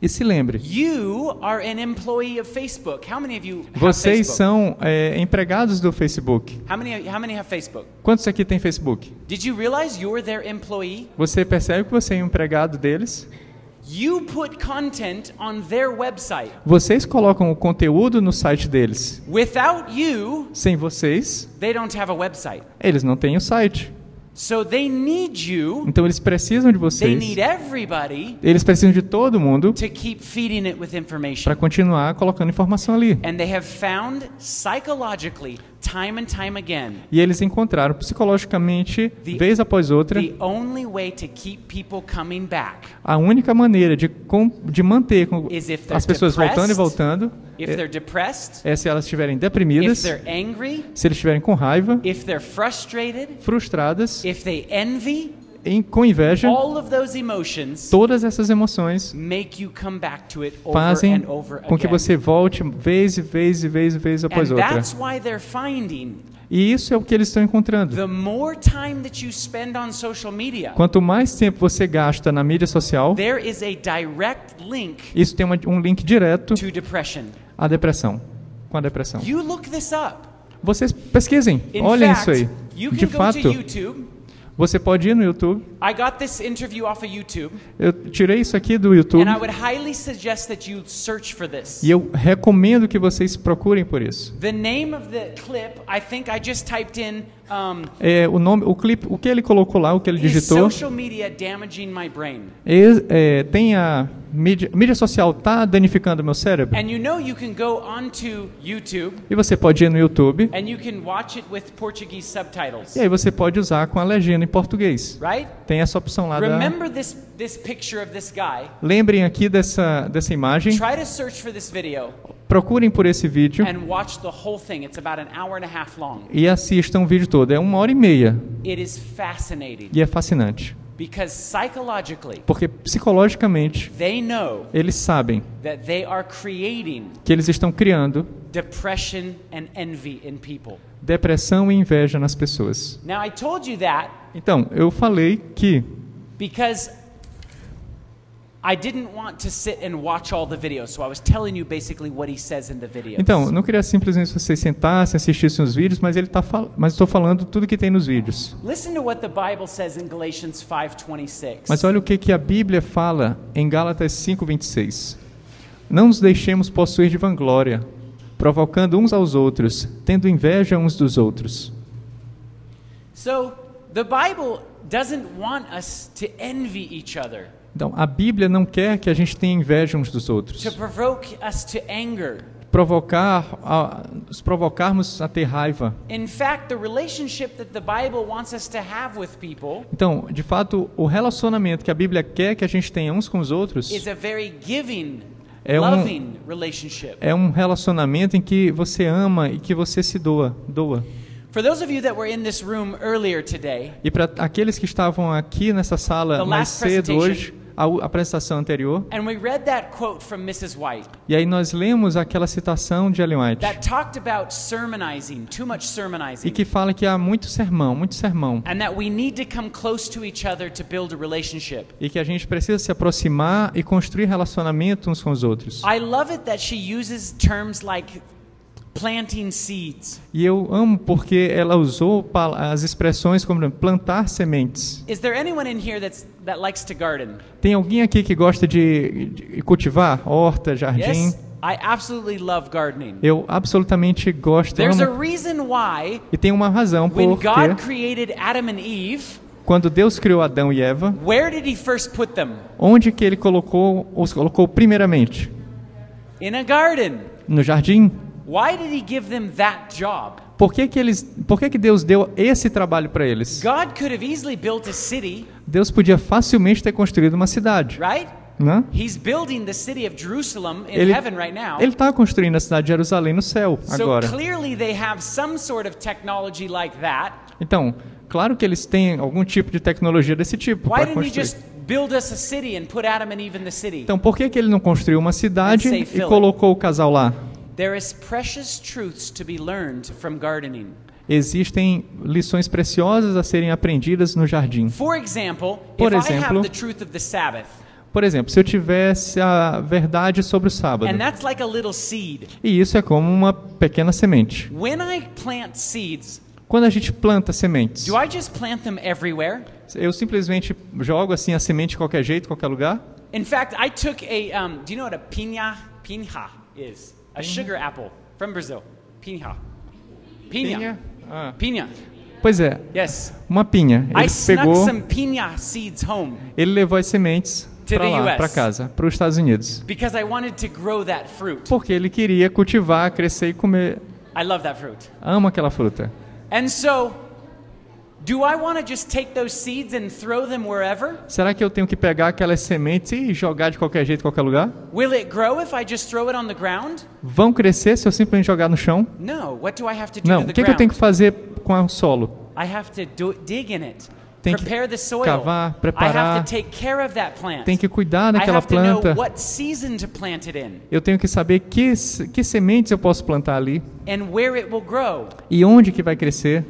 Speaker 2: E se lembre,
Speaker 1: You are an employee of Facebook. How many of you have
Speaker 2: vocês
Speaker 1: Facebook?
Speaker 2: são é, empregados do Facebook.
Speaker 1: How many how many have Facebook?
Speaker 2: Quantos aqui tem Facebook?
Speaker 1: Did you realize you're their employee?
Speaker 2: Você percebe que você é um empregado deles?
Speaker 1: You put content on their website.
Speaker 2: Vocês colocam o conteúdo no site deles.
Speaker 1: Without you,
Speaker 2: Sem vocês,
Speaker 1: they don't have a website.
Speaker 2: eles não têm o site.
Speaker 1: So they need you.
Speaker 2: Então eles precisam de
Speaker 1: They
Speaker 2: vocês.
Speaker 1: need everybody
Speaker 2: Eles precisam de todo mundo
Speaker 1: to keep feeding it with
Speaker 2: para
Speaker 1: information.
Speaker 2: continuar colocando informação ali.
Speaker 1: And they have found psychologically time and time again
Speaker 2: E eles encontraram psicologicamente,
Speaker 1: The-
Speaker 2: vez após outra,
Speaker 1: the only way to keep people coming back
Speaker 2: a única maneira de, com- de manter com-
Speaker 1: Is if they're
Speaker 2: as pessoas voltando e
Speaker 1: depressed,
Speaker 2: voltando
Speaker 1: if
Speaker 2: é-
Speaker 1: they're depressed,
Speaker 2: é se elas estiverem
Speaker 1: if
Speaker 2: deprimidas,
Speaker 1: they're angry,
Speaker 2: se eles estiverem com raiva,
Speaker 1: if they're frustrated,
Speaker 2: frustradas,
Speaker 1: if they envy,
Speaker 2: em- com inveja.
Speaker 1: all of those emotions
Speaker 2: Todas essas emoções
Speaker 1: make you come back to it over
Speaker 2: fazem
Speaker 1: and over
Speaker 2: com que
Speaker 1: again.
Speaker 2: você volte vez e vez e vez e vez
Speaker 1: and
Speaker 2: após outra.
Speaker 1: that's why they're finding
Speaker 2: E isso é o que eles estão encontrando.
Speaker 1: the more time that you spend on social media,
Speaker 2: Quanto mais tempo você gasta na mídia social,
Speaker 1: there is a direct link
Speaker 2: isso tem uma- um link direto
Speaker 1: to depression.
Speaker 2: à depressão. Com a depressão.
Speaker 1: You look this up.
Speaker 2: Vocês pesquisem,
Speaker 1: In
Speaker 2: olhem
Speaker 1: fact,
Speaker 2: isso aí.
Speaker 1: you
Speaker 2: De
Speaker 1: can go
Speaker 2: fato,
Speaker 1: to YouTube.
Speaker 2: você pode ir no YouTube.
Speaker 1: I got this interview off of YouTube,
Speaker 2: Eu tirei isso aqui do YouTube
Speaker 1: and I would highly suggest that you search for this.
Speaker 2: e eu recomendo que vocês procurem por isso.
Speaker 1: The name of the clip, I think I just typed in um,
Speaker 2: É, o nome, o clipe, o que ele colocou lá, o que ele
Speaker 1: Is
Speaker 2: digitou,
Speaker 1: social media damaging my brain?
Speaker 2: é- é, tem a mídia, mídia social está danificando meu cérebro?
Speaker 1: And you know you can go onto YouTube
Speaker 2: E você pode ir no YouTube
Speaker 1: and you can watch it with Portuguese subtitles,
Speaker 2: e aí você pode usar com a legenda em português.
Speaker 1: right?
Speaker 2: Tem essa opção lá. Da...
Speaker 1: Remember this this picture of this guy.
Speaker 2: Lembrem aqui dessa, dessa imagem.
Speaker 1: Try to search for this video
Speaker 2: Procurem por esse vídeo
Speaker 1: and watch the whole thing. It's about an hour and a half long.
Speaker 2: e assistam o vídeo todo. É uma hora e meia
Speaker 1: It is fascinating
Speaker 2: e é fascinante.
Speaker 1: because psychologically
Speaker 2: Porque psicologicamente
Speaker 1: they know
Speaker 2: eles sabem
Speaker 1: that they are creating
Speaker 2: que eles estão criando
Speaker 1: depression and envy in people.
Speaker 2: depressão e inveja nas pessoas.
Speaker 1: Now I told you that
Speaker 2: Então, eu falei que
Speaker 1: because I didn't want to sit and watch all the videos, so I was telling you basically what he says in the videos.
Speaker 2: Então, eu não queria simplesmente que vocês sentassem, assistissem os vídeos, mas ele tá fal... mas estou falando tudo que tem nos vídeos.
Speaker 1: Listen to what the Bible says in Galatians 5:26.
Speaker 2: Mas olha o que, que a Bíblia fala em Gálatas 5:26. Não nos deixemos possuir de vanglória, provocando uns aos outros, tendo inveja uns dos outros.
Speaker 1: So, the Bible doesn't want us to envy each other,
Speaker 2: Então, a Bíblia não quer que a gente tenha inveja uns dos
Speaker 1: to
Speaker 2: outros.
Speaker 1: provoke us to anger.
Speaker 2: Provocar, a, nos provocarmos a ter raiva.
Speaker 1: In fact, the relationship that the Bible wants us to have with people
Speaker 2: Então, de fato, o relacionamento que a Bíblia quer que a gente tenha uns com os outros
Speaker 1: is a very giving,
Speaker 2: É um-
Speaker 1: loving relationship.
Speaker 2: é um relacionamento em que você ama e que você se doa, doa.
Speaker 1: For those of you that were in this room earlier today,
Speaker 2: E para aqueles que estavam aqui nessa
Speaker 1: The
Speaker 2: sala mais
Speaker 1: last
Speaker 2: cedo
Speaker 1: presentation.
Speaker 2: hoje, a, u- a apresentação anterior,
Speaker 1: and we read that quote from Mrs. White
Speaker 2: e aí nós lemos aquela citação de Ellen White,
Speaker 1: that talked about sermonizing, too much
Speaker 2: e
Speaker 1: sermonizing,
Speaker 2: que fala que há muito sermão, muito sermão,
Speaker 1: and that we need to come close to each other to build a relationship.
Speaker 2: e que a gente precisa se aproximar e construir relacionamento uns com os outros.
Speaker 1: I love it that she uses terms like planting seeds.
Speaker 2: E eu amo porque ela usou pal- as expressões como plantar sementes.
Speaker 1: Is there anyone in here that's that likes to garden?
Speaker 2: Tem alguém aqui que gosta de, de cultivar horta, jardim?
Speaker 1: Yes. I absolutely love gardening.
Speaker 2: Eu absolutamente gosto.
Speaker 1: There's a
Speaker 2: Amo,
Speaker 1: reason why
Speaker 2: e tem uma razão
Speaker 1: when
Speaker 2: porque
Speaker 1: God created Adam and Eve,
Speaker 2: quando Deus criou Adão e Eva,
Speaker 1: where did he first put them?
Speaker 2: onde que ele colocou os colocou primeiramente?
Speaker 1: In a garden.
Speaker 2: No jardim?
Speaker 1: Why did he give them that job?
Speaker 2: Por que que eles por que que Deus deu esse trabalho para eles?
Speaker 1: God could have easily built a city,
Speaker 2: Deus podia facilmente ter construído uma cidade,
Speaker 1: right?
Speaker 2: né?
Speaker 1: He's building the city of Jerusalem in
Speaker 2: Ele
Speaker 1: heaven right now.
Speaker 2: ele tá construindo a cidade de Jerusalém no céu
Speaker 1: so
Speaker 2: agora.
Speaker 1: clearly they have some sort of technology like that.
Speaker 2: Então, claro que eles têm algum tipo de tecnologia desse tipo
Speaker 1: Why
Speaker 2: para
Speaker 1: didn't he
Speaker 2: construir.
Speaker 1: just build us a city and put Adam and Eve in the city?
Speaker 2: Então, por que que ele não construiu uma cidade
Speaker 1: say,
Speaker 2: e
Speaker 1: "Fill it."
Speaker 2: colocou o casal lá?
Speaker 1: There is precious truths to be learned from gardening.
Speaker 2: existem lições preciosas a serem aprendidas no jardim.
Speaker 1: For example,
Speaker 2: Por
Speaker 1: if I have
Speaker 2: exemplo,
Speaker 1: the truth of the Sabbath,
Speaker 2: Por exemplo, se eu tivesse a verdade sobre o sábado,
Speaker 1: and that's like a little seed.
Speaker 2: e isso é como uma pequena semente.
Speaker 1: When I plant seeds,
Speaker 2: Quando a gente planta sementes,
Speaker 1: do I just plant them everywhere?
Speaker 2: eu simplesmente jogo assim a semente de qualquer jeito, qualquer lugar.
Speaker 1: In fact, I took a. Um, do you know what a pina pinha is? A sugar apple from Brazil. Pinha. Pina.
Speaker 2: Ah.
Speaker 1: Pina.
Speaker 2: Pois é,
Speaker 1: Yes.
Speaker 2: uma pinha.
Speaker 1: I
Speaker 2: Ele
Speaker 1: snuck
Speaker 2: pegou,
Speaker 1: some pina seeds home
Speaker 2: ele levou as sementes
Speaker 1: To
Speaker 2: para
Speaker 1: the
Speaker 2: lá,
Speaker 1: US.
Speaker 2: para casa, para os Estados Unidos,
Speaker 1: because I wanted to grow that fruit.
Speaker 2: porque ele queria cultivar, crescer e comer.
Speaker 1: I love that fruit.
Speaker 2: Ama aquela fruta.
Speaker 1: And so, do I want to just take those seeds and throw them wherever?
Speaker 2: Será que eu tenho que pegar aquelas sementes e jogar de qualquer jeito, qualquer lugar?
Speaker 1: Will it grow if I just throw it on the ground?
Speaker 2: vão crescer se eu simplesmente jogar no chão?
Speaker 1: No. What do I have to do
Speaker 2: Não.
Speaker 1: to
Speaker 2: O
Speaker 1: the
Speaker 2: que, que eu
Speaker 1: ground?
Speaker 2: tenho que fazer com o solo?
Speaker 1: I have to do, dig in it.
Speaker 2: Tem que
Speaker 1: prepare the soil.
Speaker 2: cavar,
Speaker 1: I have
Speaker 2: preparar.
Speaker 1: to take care of that plant.
Speaker 2: Tem que cuidar
Speaker 1: I
Speaker 2: daquela
Speaker 1: have to
Speaker 2: planta.
Speaker 1: know what season to plant it in
Speaker 2: Eu tenho que saber que, s- que sementes eu posso plantar ali
Speaker 1: and where it will grow.
Speaker 2: e onde que vai crescer.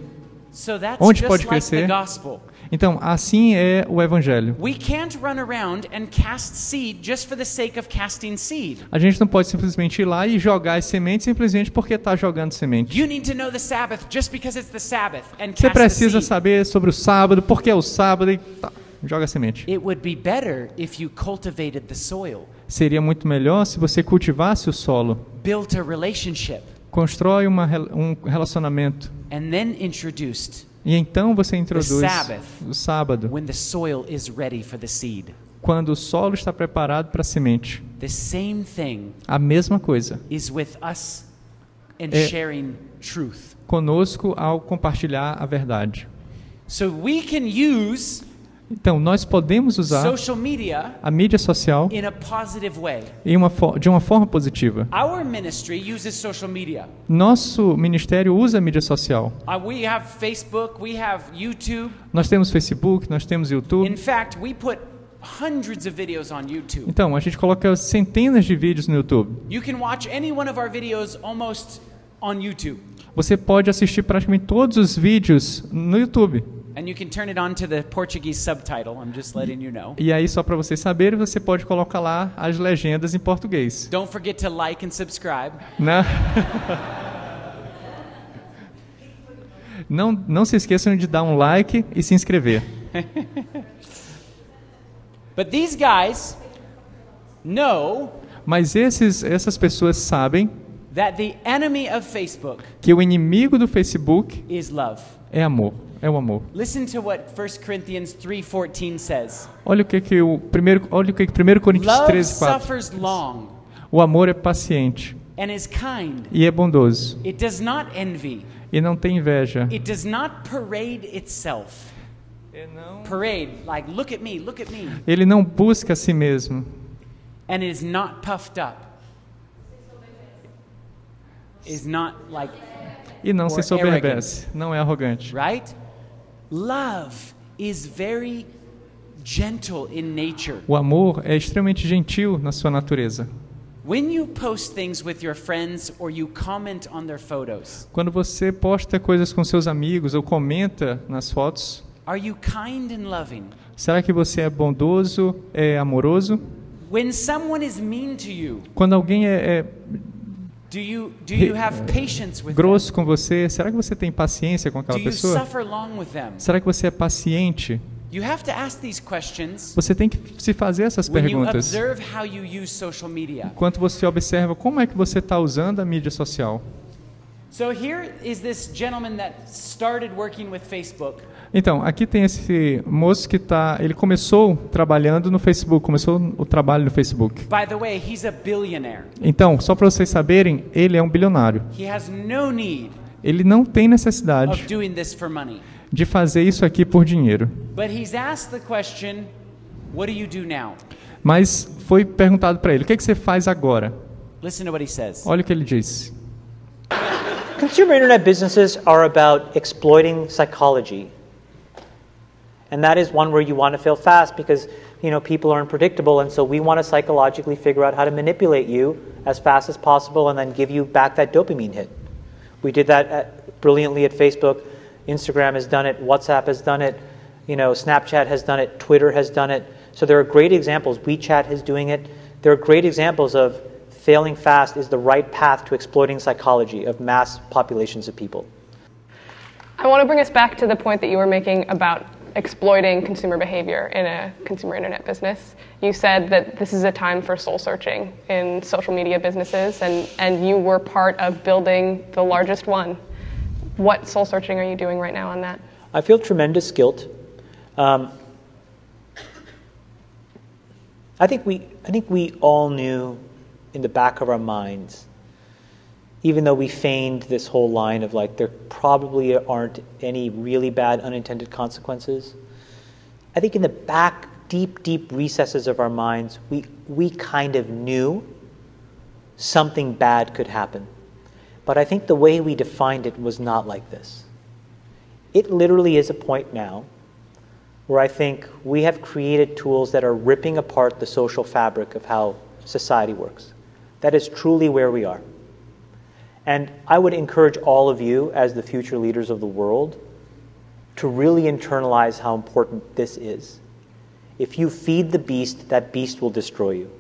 Speaker 1: So that's
Speaker 2: Onde
Speaker 1: just
Speaker 2: pode
Speaker 1: like the
Speaker 2: crescer?
Speaker 1: gospel.
Speaker 2: Então, assim é o evangelho.
Speaker 1: We can't run around and cast seed just for the sake of casting seed.
Speaker 2: A gente não pode simplesmente ir lá e jogar as sementes simplesmente porque está jogando semente.
Speaker 1: You need to know the Sabbath just because it's the Sabbath and
Speaker 2: Você
Speaker 1: cast the
Speaker 2: precisa
Speaker 1: seed.
Speaker 2: saber sobre o sábado, porque é o sábado e tá, joga a semente.
Speaker 1: It would be better if you cultivated the soil,
Speaker 2: Seria muito melhor se você cultivasse o solo,
Speaker 1: built a relationship,
Speaker 2: constrói uma, rel- um relacionamento
Speaker 1: and then introduced
Speaker 2: e então você introduz
Speaker 1: Sabbath.
Speaker 2: o sábado.
Speaker 1: when the soil is ready for the seed.
Speaker 2: quando o solo está preparado para a semente.
Speaker 1: The same thing
Speaker 2: A mesma coisa
Speaker 1: is with us and
Speaker 2: Eh.
Speaker 1: sharing truth.
Speaker 2: conosco ao compartilhar a verdade.
Speaker 1: So we can use
Speaker 2: Então, nós podemos usar
Speaker 1: social media
Speaker 2: a mídia social
Speaker 1: in a positive way.
Speaker 2: em uma fo- de uma forma positiva.
Speaker 1: Our ministry uses social media.
Speaker 2: Nosso ministério usa a mídia social.
Speaker 1: Uh, we have Facebook, we have YouTube.
Speaker 2: Nós temos Facebook, nós temos
Speaker 1: In
Speaker 2: YouTube.
Speaker 1: fact, we put hundreds of videos on YouTube.
Speaker 2: Então, a gente coloca centenas de vídeos no YouTube.
Speaker 1: You can watch any one of our videos almost on YouTube.
Speaker 2: Você pode assistir praticamente todos os vídeos no YouTube.
Speaker 1: And you can turn it on to the Portuguese subtitle. I'm just letting you know.
Speaker 2: E aí, só para vocês saberem, você pode colocar lá as legendas em português.
Speaker 1: Don't forget to like and subscribe.
Speaker 2: Né? Não, não se esqueçam de dar um like e se inscrever.
Speaker 1: But these guys know
Speaker 2: Mas esses, essas pessoas sabem
Speaker 1: that the enemy of Facebook
Speaker 2: que o inimigo do Facebook
Speaker 1: is love.
Speaker 2: é amor. É o amor.
Speaker 1: Listen to what 1 Corinthians 3:14 says.
Speaker 2: Olha o que que o primeiro, olha o que que primeiro Coríntios
Speaker 1: Love
Speaker 2: 13, 4.
Speaker 1: suffers long
Speaker 2: O amor é paciente
Speaker 1: and is kind.
Speaker 2: e é bondoso
Speaker 1: It does not envy.
Speaker 2: e não tem inveja.
Speaker 1: It does not parade itself. Parade, like look at me, look at me.
Speaker 2: Ele não busca a si mesmo.
Speaker 1: And it is not puffed up. Is not like,
Speaker 2: E não
Speaker 1: Or
Speaker 2: se soberbece, não é arrogante.
Speaker 1: right? Love is very gentle in nature.
Speaker 2: O amor é extremamente gentil na sua natureza.
Speaker 1: When you post things with your friends or you comment on their photos,
Speaker 2: Quando você posta coisas com seus amigos ou comenta nas fotos,
Speaker 1: are you kind and loving?
Speaker 2: será que você é bondoso, é amoroso?
Speaker 1: When someone is mean to you,
Speaker 2: Quando alguém é, é
Speaker 1: do you do you have patience with them?
Speaker 2: grosso com você, será que você tem paciência com
Speaker 1: Do
Speaker 2: aquela
Speaker 1: you
Speaker 2: pessoa?
Speaker 1: suffer long with them?
Speaker 2: Será que você é paciente?
Speaker 1: You have to ask these questions
Speaker 2: Você tem que se fazer essas
Speaker 1: when you
Speaker 2: perguntas.
Speaker 1: observe how you use social media.
Speaker 2: Enquanto você observa como é que você está usando a mídia social.
Speaker 1: So here is this gentleman that started working with Facebook.
Speaker 2: Então, aqui tem esse moço que tá, ele começou trabalhando no Facebook, começou o trabalho no Facebook.
Speaker 1: By the way, he's a billionaire.
Speaker 2: Então, só para vocês saberem, ele é um bilionário.
Speaker 1: He has no need
Speaker 2: Ele não tem necessidade
Speaker 1: of doing this for money.
Speaker 2: de fazer isso aqui por dinheiro.
Speaker 1: But he's asked the question, what do you do now?
Speaker 2: Mas foi perguntado para ele: "O que, é que você faz agora?"
Speaker 1: Listen to what he says.
Speaker 2: Olha o que ele disse.
Speaker 6: Consumer internet businesses are about exploiting psychology. And that is one where you want to fail fast because, you know, people are unpredictable and so we want to psychologically figure out how to manipulate you as fast as possible and then give you back that dopamine hit. We did that at, brilliantly at Facebook, Instagram has done it, WhatsApp has done it, you know, Snapchat has done it, Twitter has done it. So there are great examples. WeChat is doing it. There are great examples of failing fast is the right path to exploiting psychology of mass populations of people.
Speaker 11: I want to bring us back to the point that you were making about exploiting consumer behavior in a consumer internet business. You said that this is a time for soul searching in social media businesses, and, and you were part of building the largest one. What soul searching are you doing right now on that?
Speaker 6: I feel tremendous guilt. Um, I think we, I think we all knew in the back of our minds, even though we feigned this whole line of like there probably aren't any really bad unintended consequences. I think in the back, deep, deep recesses of our minds, we we kind of knew something bad could happen, but I think the way we defined it was not like this it literally is a point now where I think we have created tools that are ripping apart the social fabric of how society works. That is truly where we are. And I would encourage all of you, as the future leaders of the world, to really internalize how important this is. If you feed the beast, that beast will destroy you.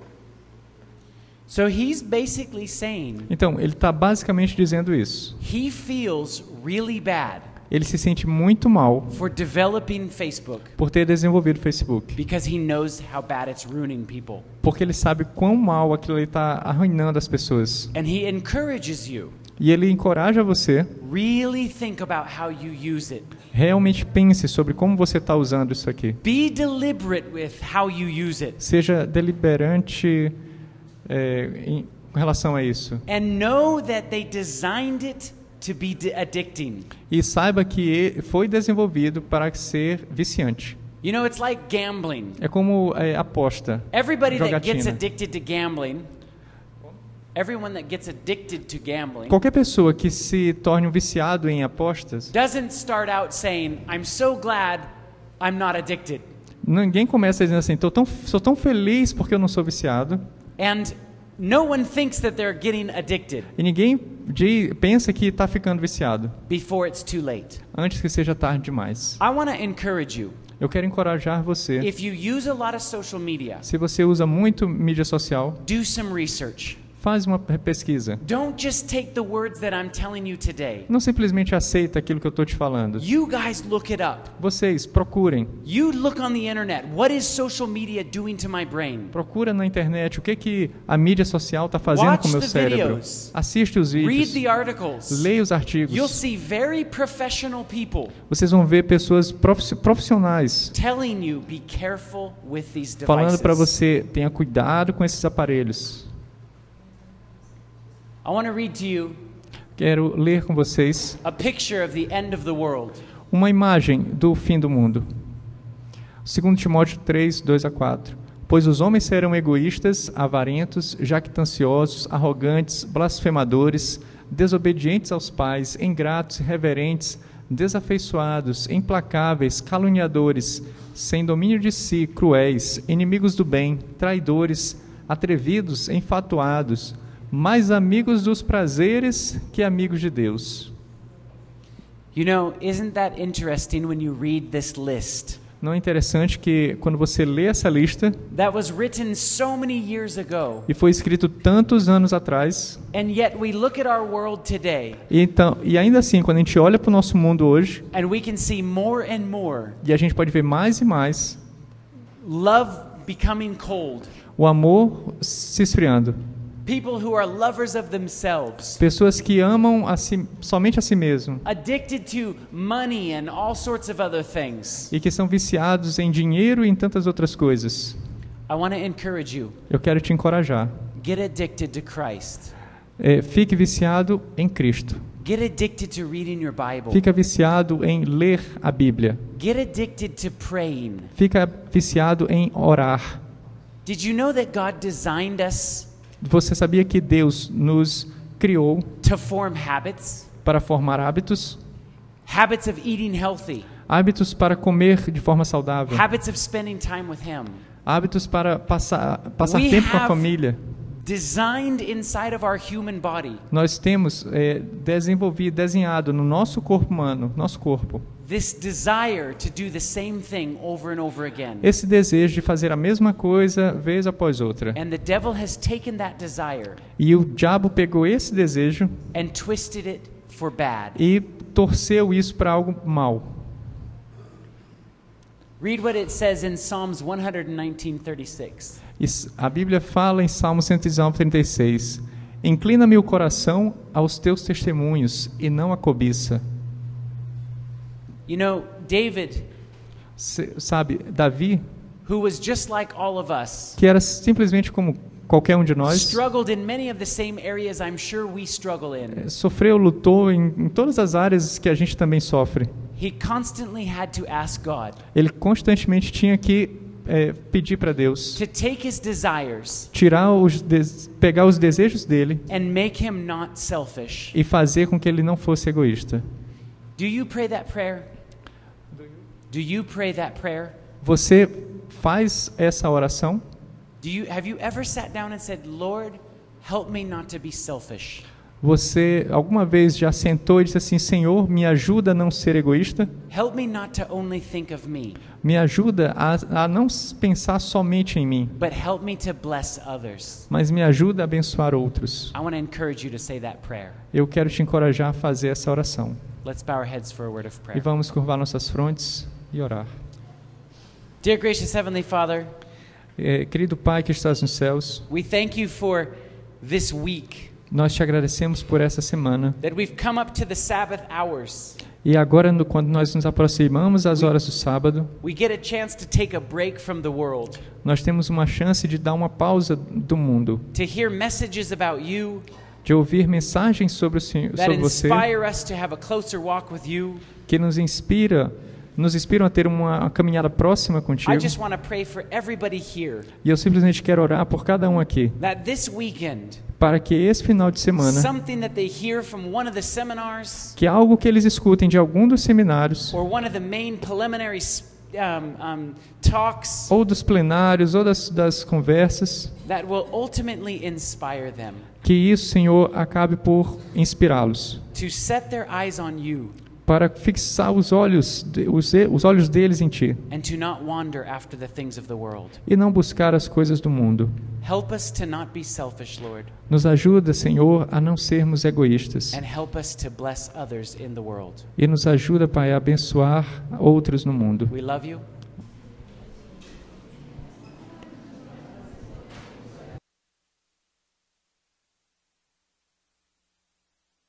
Speaker 1: So he's basically saying
Speaker 2: Então, ele está basicamente dizendo isso.
Speaker 1: he feels really bad
Speaker 2: Ele se sente muito mal
Speaker 1: for developing Facebook
Speaker 2: por ter desenvolvido o Facebook,
Speaker 1: because he knows how bad it's ruining people.
Speaker 2: porque ele sabe quão mal aquilo está arruinando tá as pessoas.
Speaker 1: And he encourages you
Speaker 2: E E ele encoraja você
Speaker 1: Really think about how you use it.
Speaker 2: realmente pense sobre como você está usando isso aqui.
Speaker 1: Be deliberate with how you use it.
Speaker 2: Seja deliberante é, em com relação a isso.
Speaker 1: And know that they designed it to be d- addicting.
Speaker 2: E saiba que e- foi desenvolvido para ser viciante.
Speaker 1: You know, it's like gambling.
Speaker 2: É como é, aposta.
Speaker 1: Everybody that gets
Speaker 2: Jogatina.
Speaker 1: addicted to gambling, everyone that gets addicted to gambling,
Speaker 2: Qualquer pessoa que se torne um viciado em apostas,
Speaker 1: doesn't start out saying, I'm so glad I'm not addicted.
Speaker 2: ninguém começa dizendo assim, Tô tão, sou tão feliz porque eu não sou viciado.
Speaker 1: And no one thinks that they're getting addicted
Speaker 2: E ninguém di- pensa que está ficando viciado
Speaker 1: before it's too late.
Speaker 2: antes que seja tarde demais.
Speaker 1: I want to encourage you
Speaker 2: Eu quero encorajar você.
Speaker 1: if you use a lot of social media,
Speaker 2: Se você usa muito mídia social,
Speaker 1: do some research.
Speaker 2: faz uma pesquisa.
Speaker 1: Don't just take the words that I'm telling you today.
Speaker 2: Não simplesmente aceita aquilo que eu estou te falando.
Speaker 1: You guys look it up.
Speaker 2: Vocês procurem,
Speaker 1: You look on the internet. What is social media doing to my brain?
Speaker 2: procura na internet o que que a mídia social está fazendo
Speaker 1: Watch
Speaker 2: com o meu
Speaker 1: the
Speaker 2: cérebro.
Speaker 1: videos.
Speaker 2: Assiste os
Speaker 1: Read
Speaker 2: vídeos,
Speaker 1: the articles.
Speaker 2: leia os artigos.
Speaker 1: You'll see very professional people
Speaker 2: Vocês vão ver pessoas profiss- profissionais
Speaker 1: telling you be careful with these
Speaker 2: falando para
Speaker 1: devices.
Speaker 2: você tenha cuidado com esses aparelhos.
Speaker 1: I want to read to you
Speaker 2: Quero ler com vocês
Speaker 1: a picture of the end of the world.
Speaker 2: uma imagem do fim do mundo. 2 Timóteo 3, 2 a 4. Pois os homens serão egoístas, avarentos, jactanciosos, arrogantes, blasfemadores, desobedientes aos pais, ingratos, irreverentes, desafeiçoados, implacáveis, caluniadores, sem domínio de si, cruéis, inimigos do bem, traidores, atrevidos, enfatuados, mais amigos dos prazeres que amigos de Deus.
Speaker 1: You know, isn't that interesting when you read this list?
Speaker 2: Não é interessante que quando você lê essa lista,
Speaker 1: That was written so many years ago,
Speaker 2: e foi escrito tantos anos atrás,
Speaker 1: and yet we look at our world today
Speaker 2: e, então, e ainda assim, quando a gente olha para o nosso mundo hoje,
Speaker 1: and we can see more and more
Speaker 2: e a gente pode ver mais e mais
Speaker 1: love becoming cold,
Speaker 2: o amor se esfriando.
Speaker 1: people who are lovers of themselves,
Speaker 2: Pessoas que amam a si, somente a si mesmo
Speaker 1: addicted to money and all sorts of other things.
Speaker 2: e que são viciados em dinheiro e em tantas outras coisas.
Speaker 1: I want to encourage you
Speaker 2: Eu quero te encorajar.
Speaker 1: get addicted to Christ,
Speaker 2: É, fique viciado em Cristo.
Speaker 1: get addicted to reading your Bible,
Speaker 2: Fica viciado em ler a Bíblia.
Speaker 1: get addicted to praying.
Speaker 2: Fica viciado em orar.
Speaker 1: Did you know that God designed us
Speaker 2: Você sabia que Deus nos criou
Speaker 1: to form habits?
Speaker 2: para formar hábitos?
Speaker 1: Habits of eating healthy,
Speaker 2: Hábitos para comer de forma saudável.
Speaker 1: habits of spending time with Him.
Speaker 2: Hábitos para passar, passar
Speaker 1: We
Speaker 2: tempo com a
Speaker 1: have-
Speaker 2: família.
Speaker 1: Designed inside of our human body,
Speaker 2: Nós temos é, desenvolvido, desenhado no nosso corpo humano, nosso corpo,
Speaker 1: this desire to do the same thing over and over again.
Speaker 2: esse desejo de fazer a mesma coisa vez após outra.
Speaker 1: And the devil has taken that desire
Speaker 2: E o diabo pegou esse desejo
Speaker 1: and twisted it for bad.
Speaker 2: e torceu isso para algo mal.
Speaker 1: Read what it says in Psalms 119:36.
Speaker 2: Isso- A Bíblia fala em Salmo 119, 36. Inclina-me o coração aos teus testemunhos e não à cobiça.
Speaker 1: You know, David,
Speaker 2: Se- sabe, Davi,
Speaker 1: who was just like all of us,
Speaker 2: que era simplesmente como qualquer um de nós,
Speaker 1: struggled in many of the same areas I'm sure we struggle in.
Speaker 2: sofreu, lutou em, em todas as áreas que a gente também sofre.
Speaker 1: He constantly had to ask God
Speaker 2: Ele constantemente tinha que é, pedir para Deus,
Speaker 1: to take his desires
Speaker 2: tirar os des- pegar os desejos dele
Speaker 1: and make him not selfish.
Speaker 2: e fazer com que ele não fosse egoísta.
Speaker 1: Do you pray that prayer? Do you pray that prayer?
Speaker 2: Você faz essa oração?
Speaker 1: Do you have you ever sat down and said, "Lord, help me not to be selfish.
Speaker 2: Você alguma vez já sentou e disse assim, Senhor, me ajuda a não ser egoísta?
Speaker 1: Help me not to only think of me,
Speaker 2: Me ajuda a, a não s- pensar somente em mim,
Speaker 1: but help me to bless others."
Speaker 2: mas me ajuda a abençoar outros.
Speaker 1: I want to encourage you to say that prayer.
Speaker 2: Eu quero te encorajar a fazer essa oração.
Speaker 1: Let's bow our heads for a word of
Speaker 2: E
Speaker 1: prayer.
Speaker 2: vamos curvar nossas frontes e orar.
Speaker 1: Dear gracious heavenly Father,
Speaker 2: É, Eh, querido Pai que estás nos céus,
Speaker 1: we thank you for this week.
Speaker 2: Nós te agradecemos por essa semana.
Speaker 1: that we've come up to the Sabbath hours.
Speaker 2: E agora, no- quando nós nos aproximamos às horas do sábado,
Speaker 1: We get a chance to take a break from the world,
Speaker 2: nós temos uma chance de dar uma pausa do mundo,
Speaker 1: to hear messages about you
Speaker 2: de ouvir mensagens sobre, o Senhor,
Speaker 1: that
Speaker 2: sobre você
Speaker 1: inspire us to have a closer walk with you.
Speaker 2: que nos inspira, nos inspiram a ter uma caminhada próxima
Speaker 1: I
Speaker 2: contigo.
Speaker 1: just want to pray for everybody here
Speaker 2: E eu simplesmente quero orar por cada um aqui,
Speaker 1: that this weekend,
Speaker 2: para que esse final de semana,
Speaker 1: something that they hear from one of the seminars
Speaker 2: que algo que eles escutem de algum dos seminários,
Speaker 1: or one of the main preliminary s- um, um, talks,
Speaker 2: ou dos plenários, ou das, das conversas,
Speaker 1: that will ultimately inspire them
Speaker 2: que isso, Senhor, acabe por inspirá-los,
Speaker 1: to set their eyes on you
Speaker 2: para fixar os olhos, de- os, e- os olhos deles em Ti,
Speaker 1: and to not wander after the things of the world.
Speaker 2: e não buscar as coisas do mundo.
Speaker 1: Help us to not be selfish, Lord,
Speaker 2: Nos ajuda, Senhor, a não sermos egoístas.
Speaker 1: and help us to bless others in the world.
Speaker 2: E nos ajuda, Pai, a abençoar outros no mundo.
Speaker 1: We love you.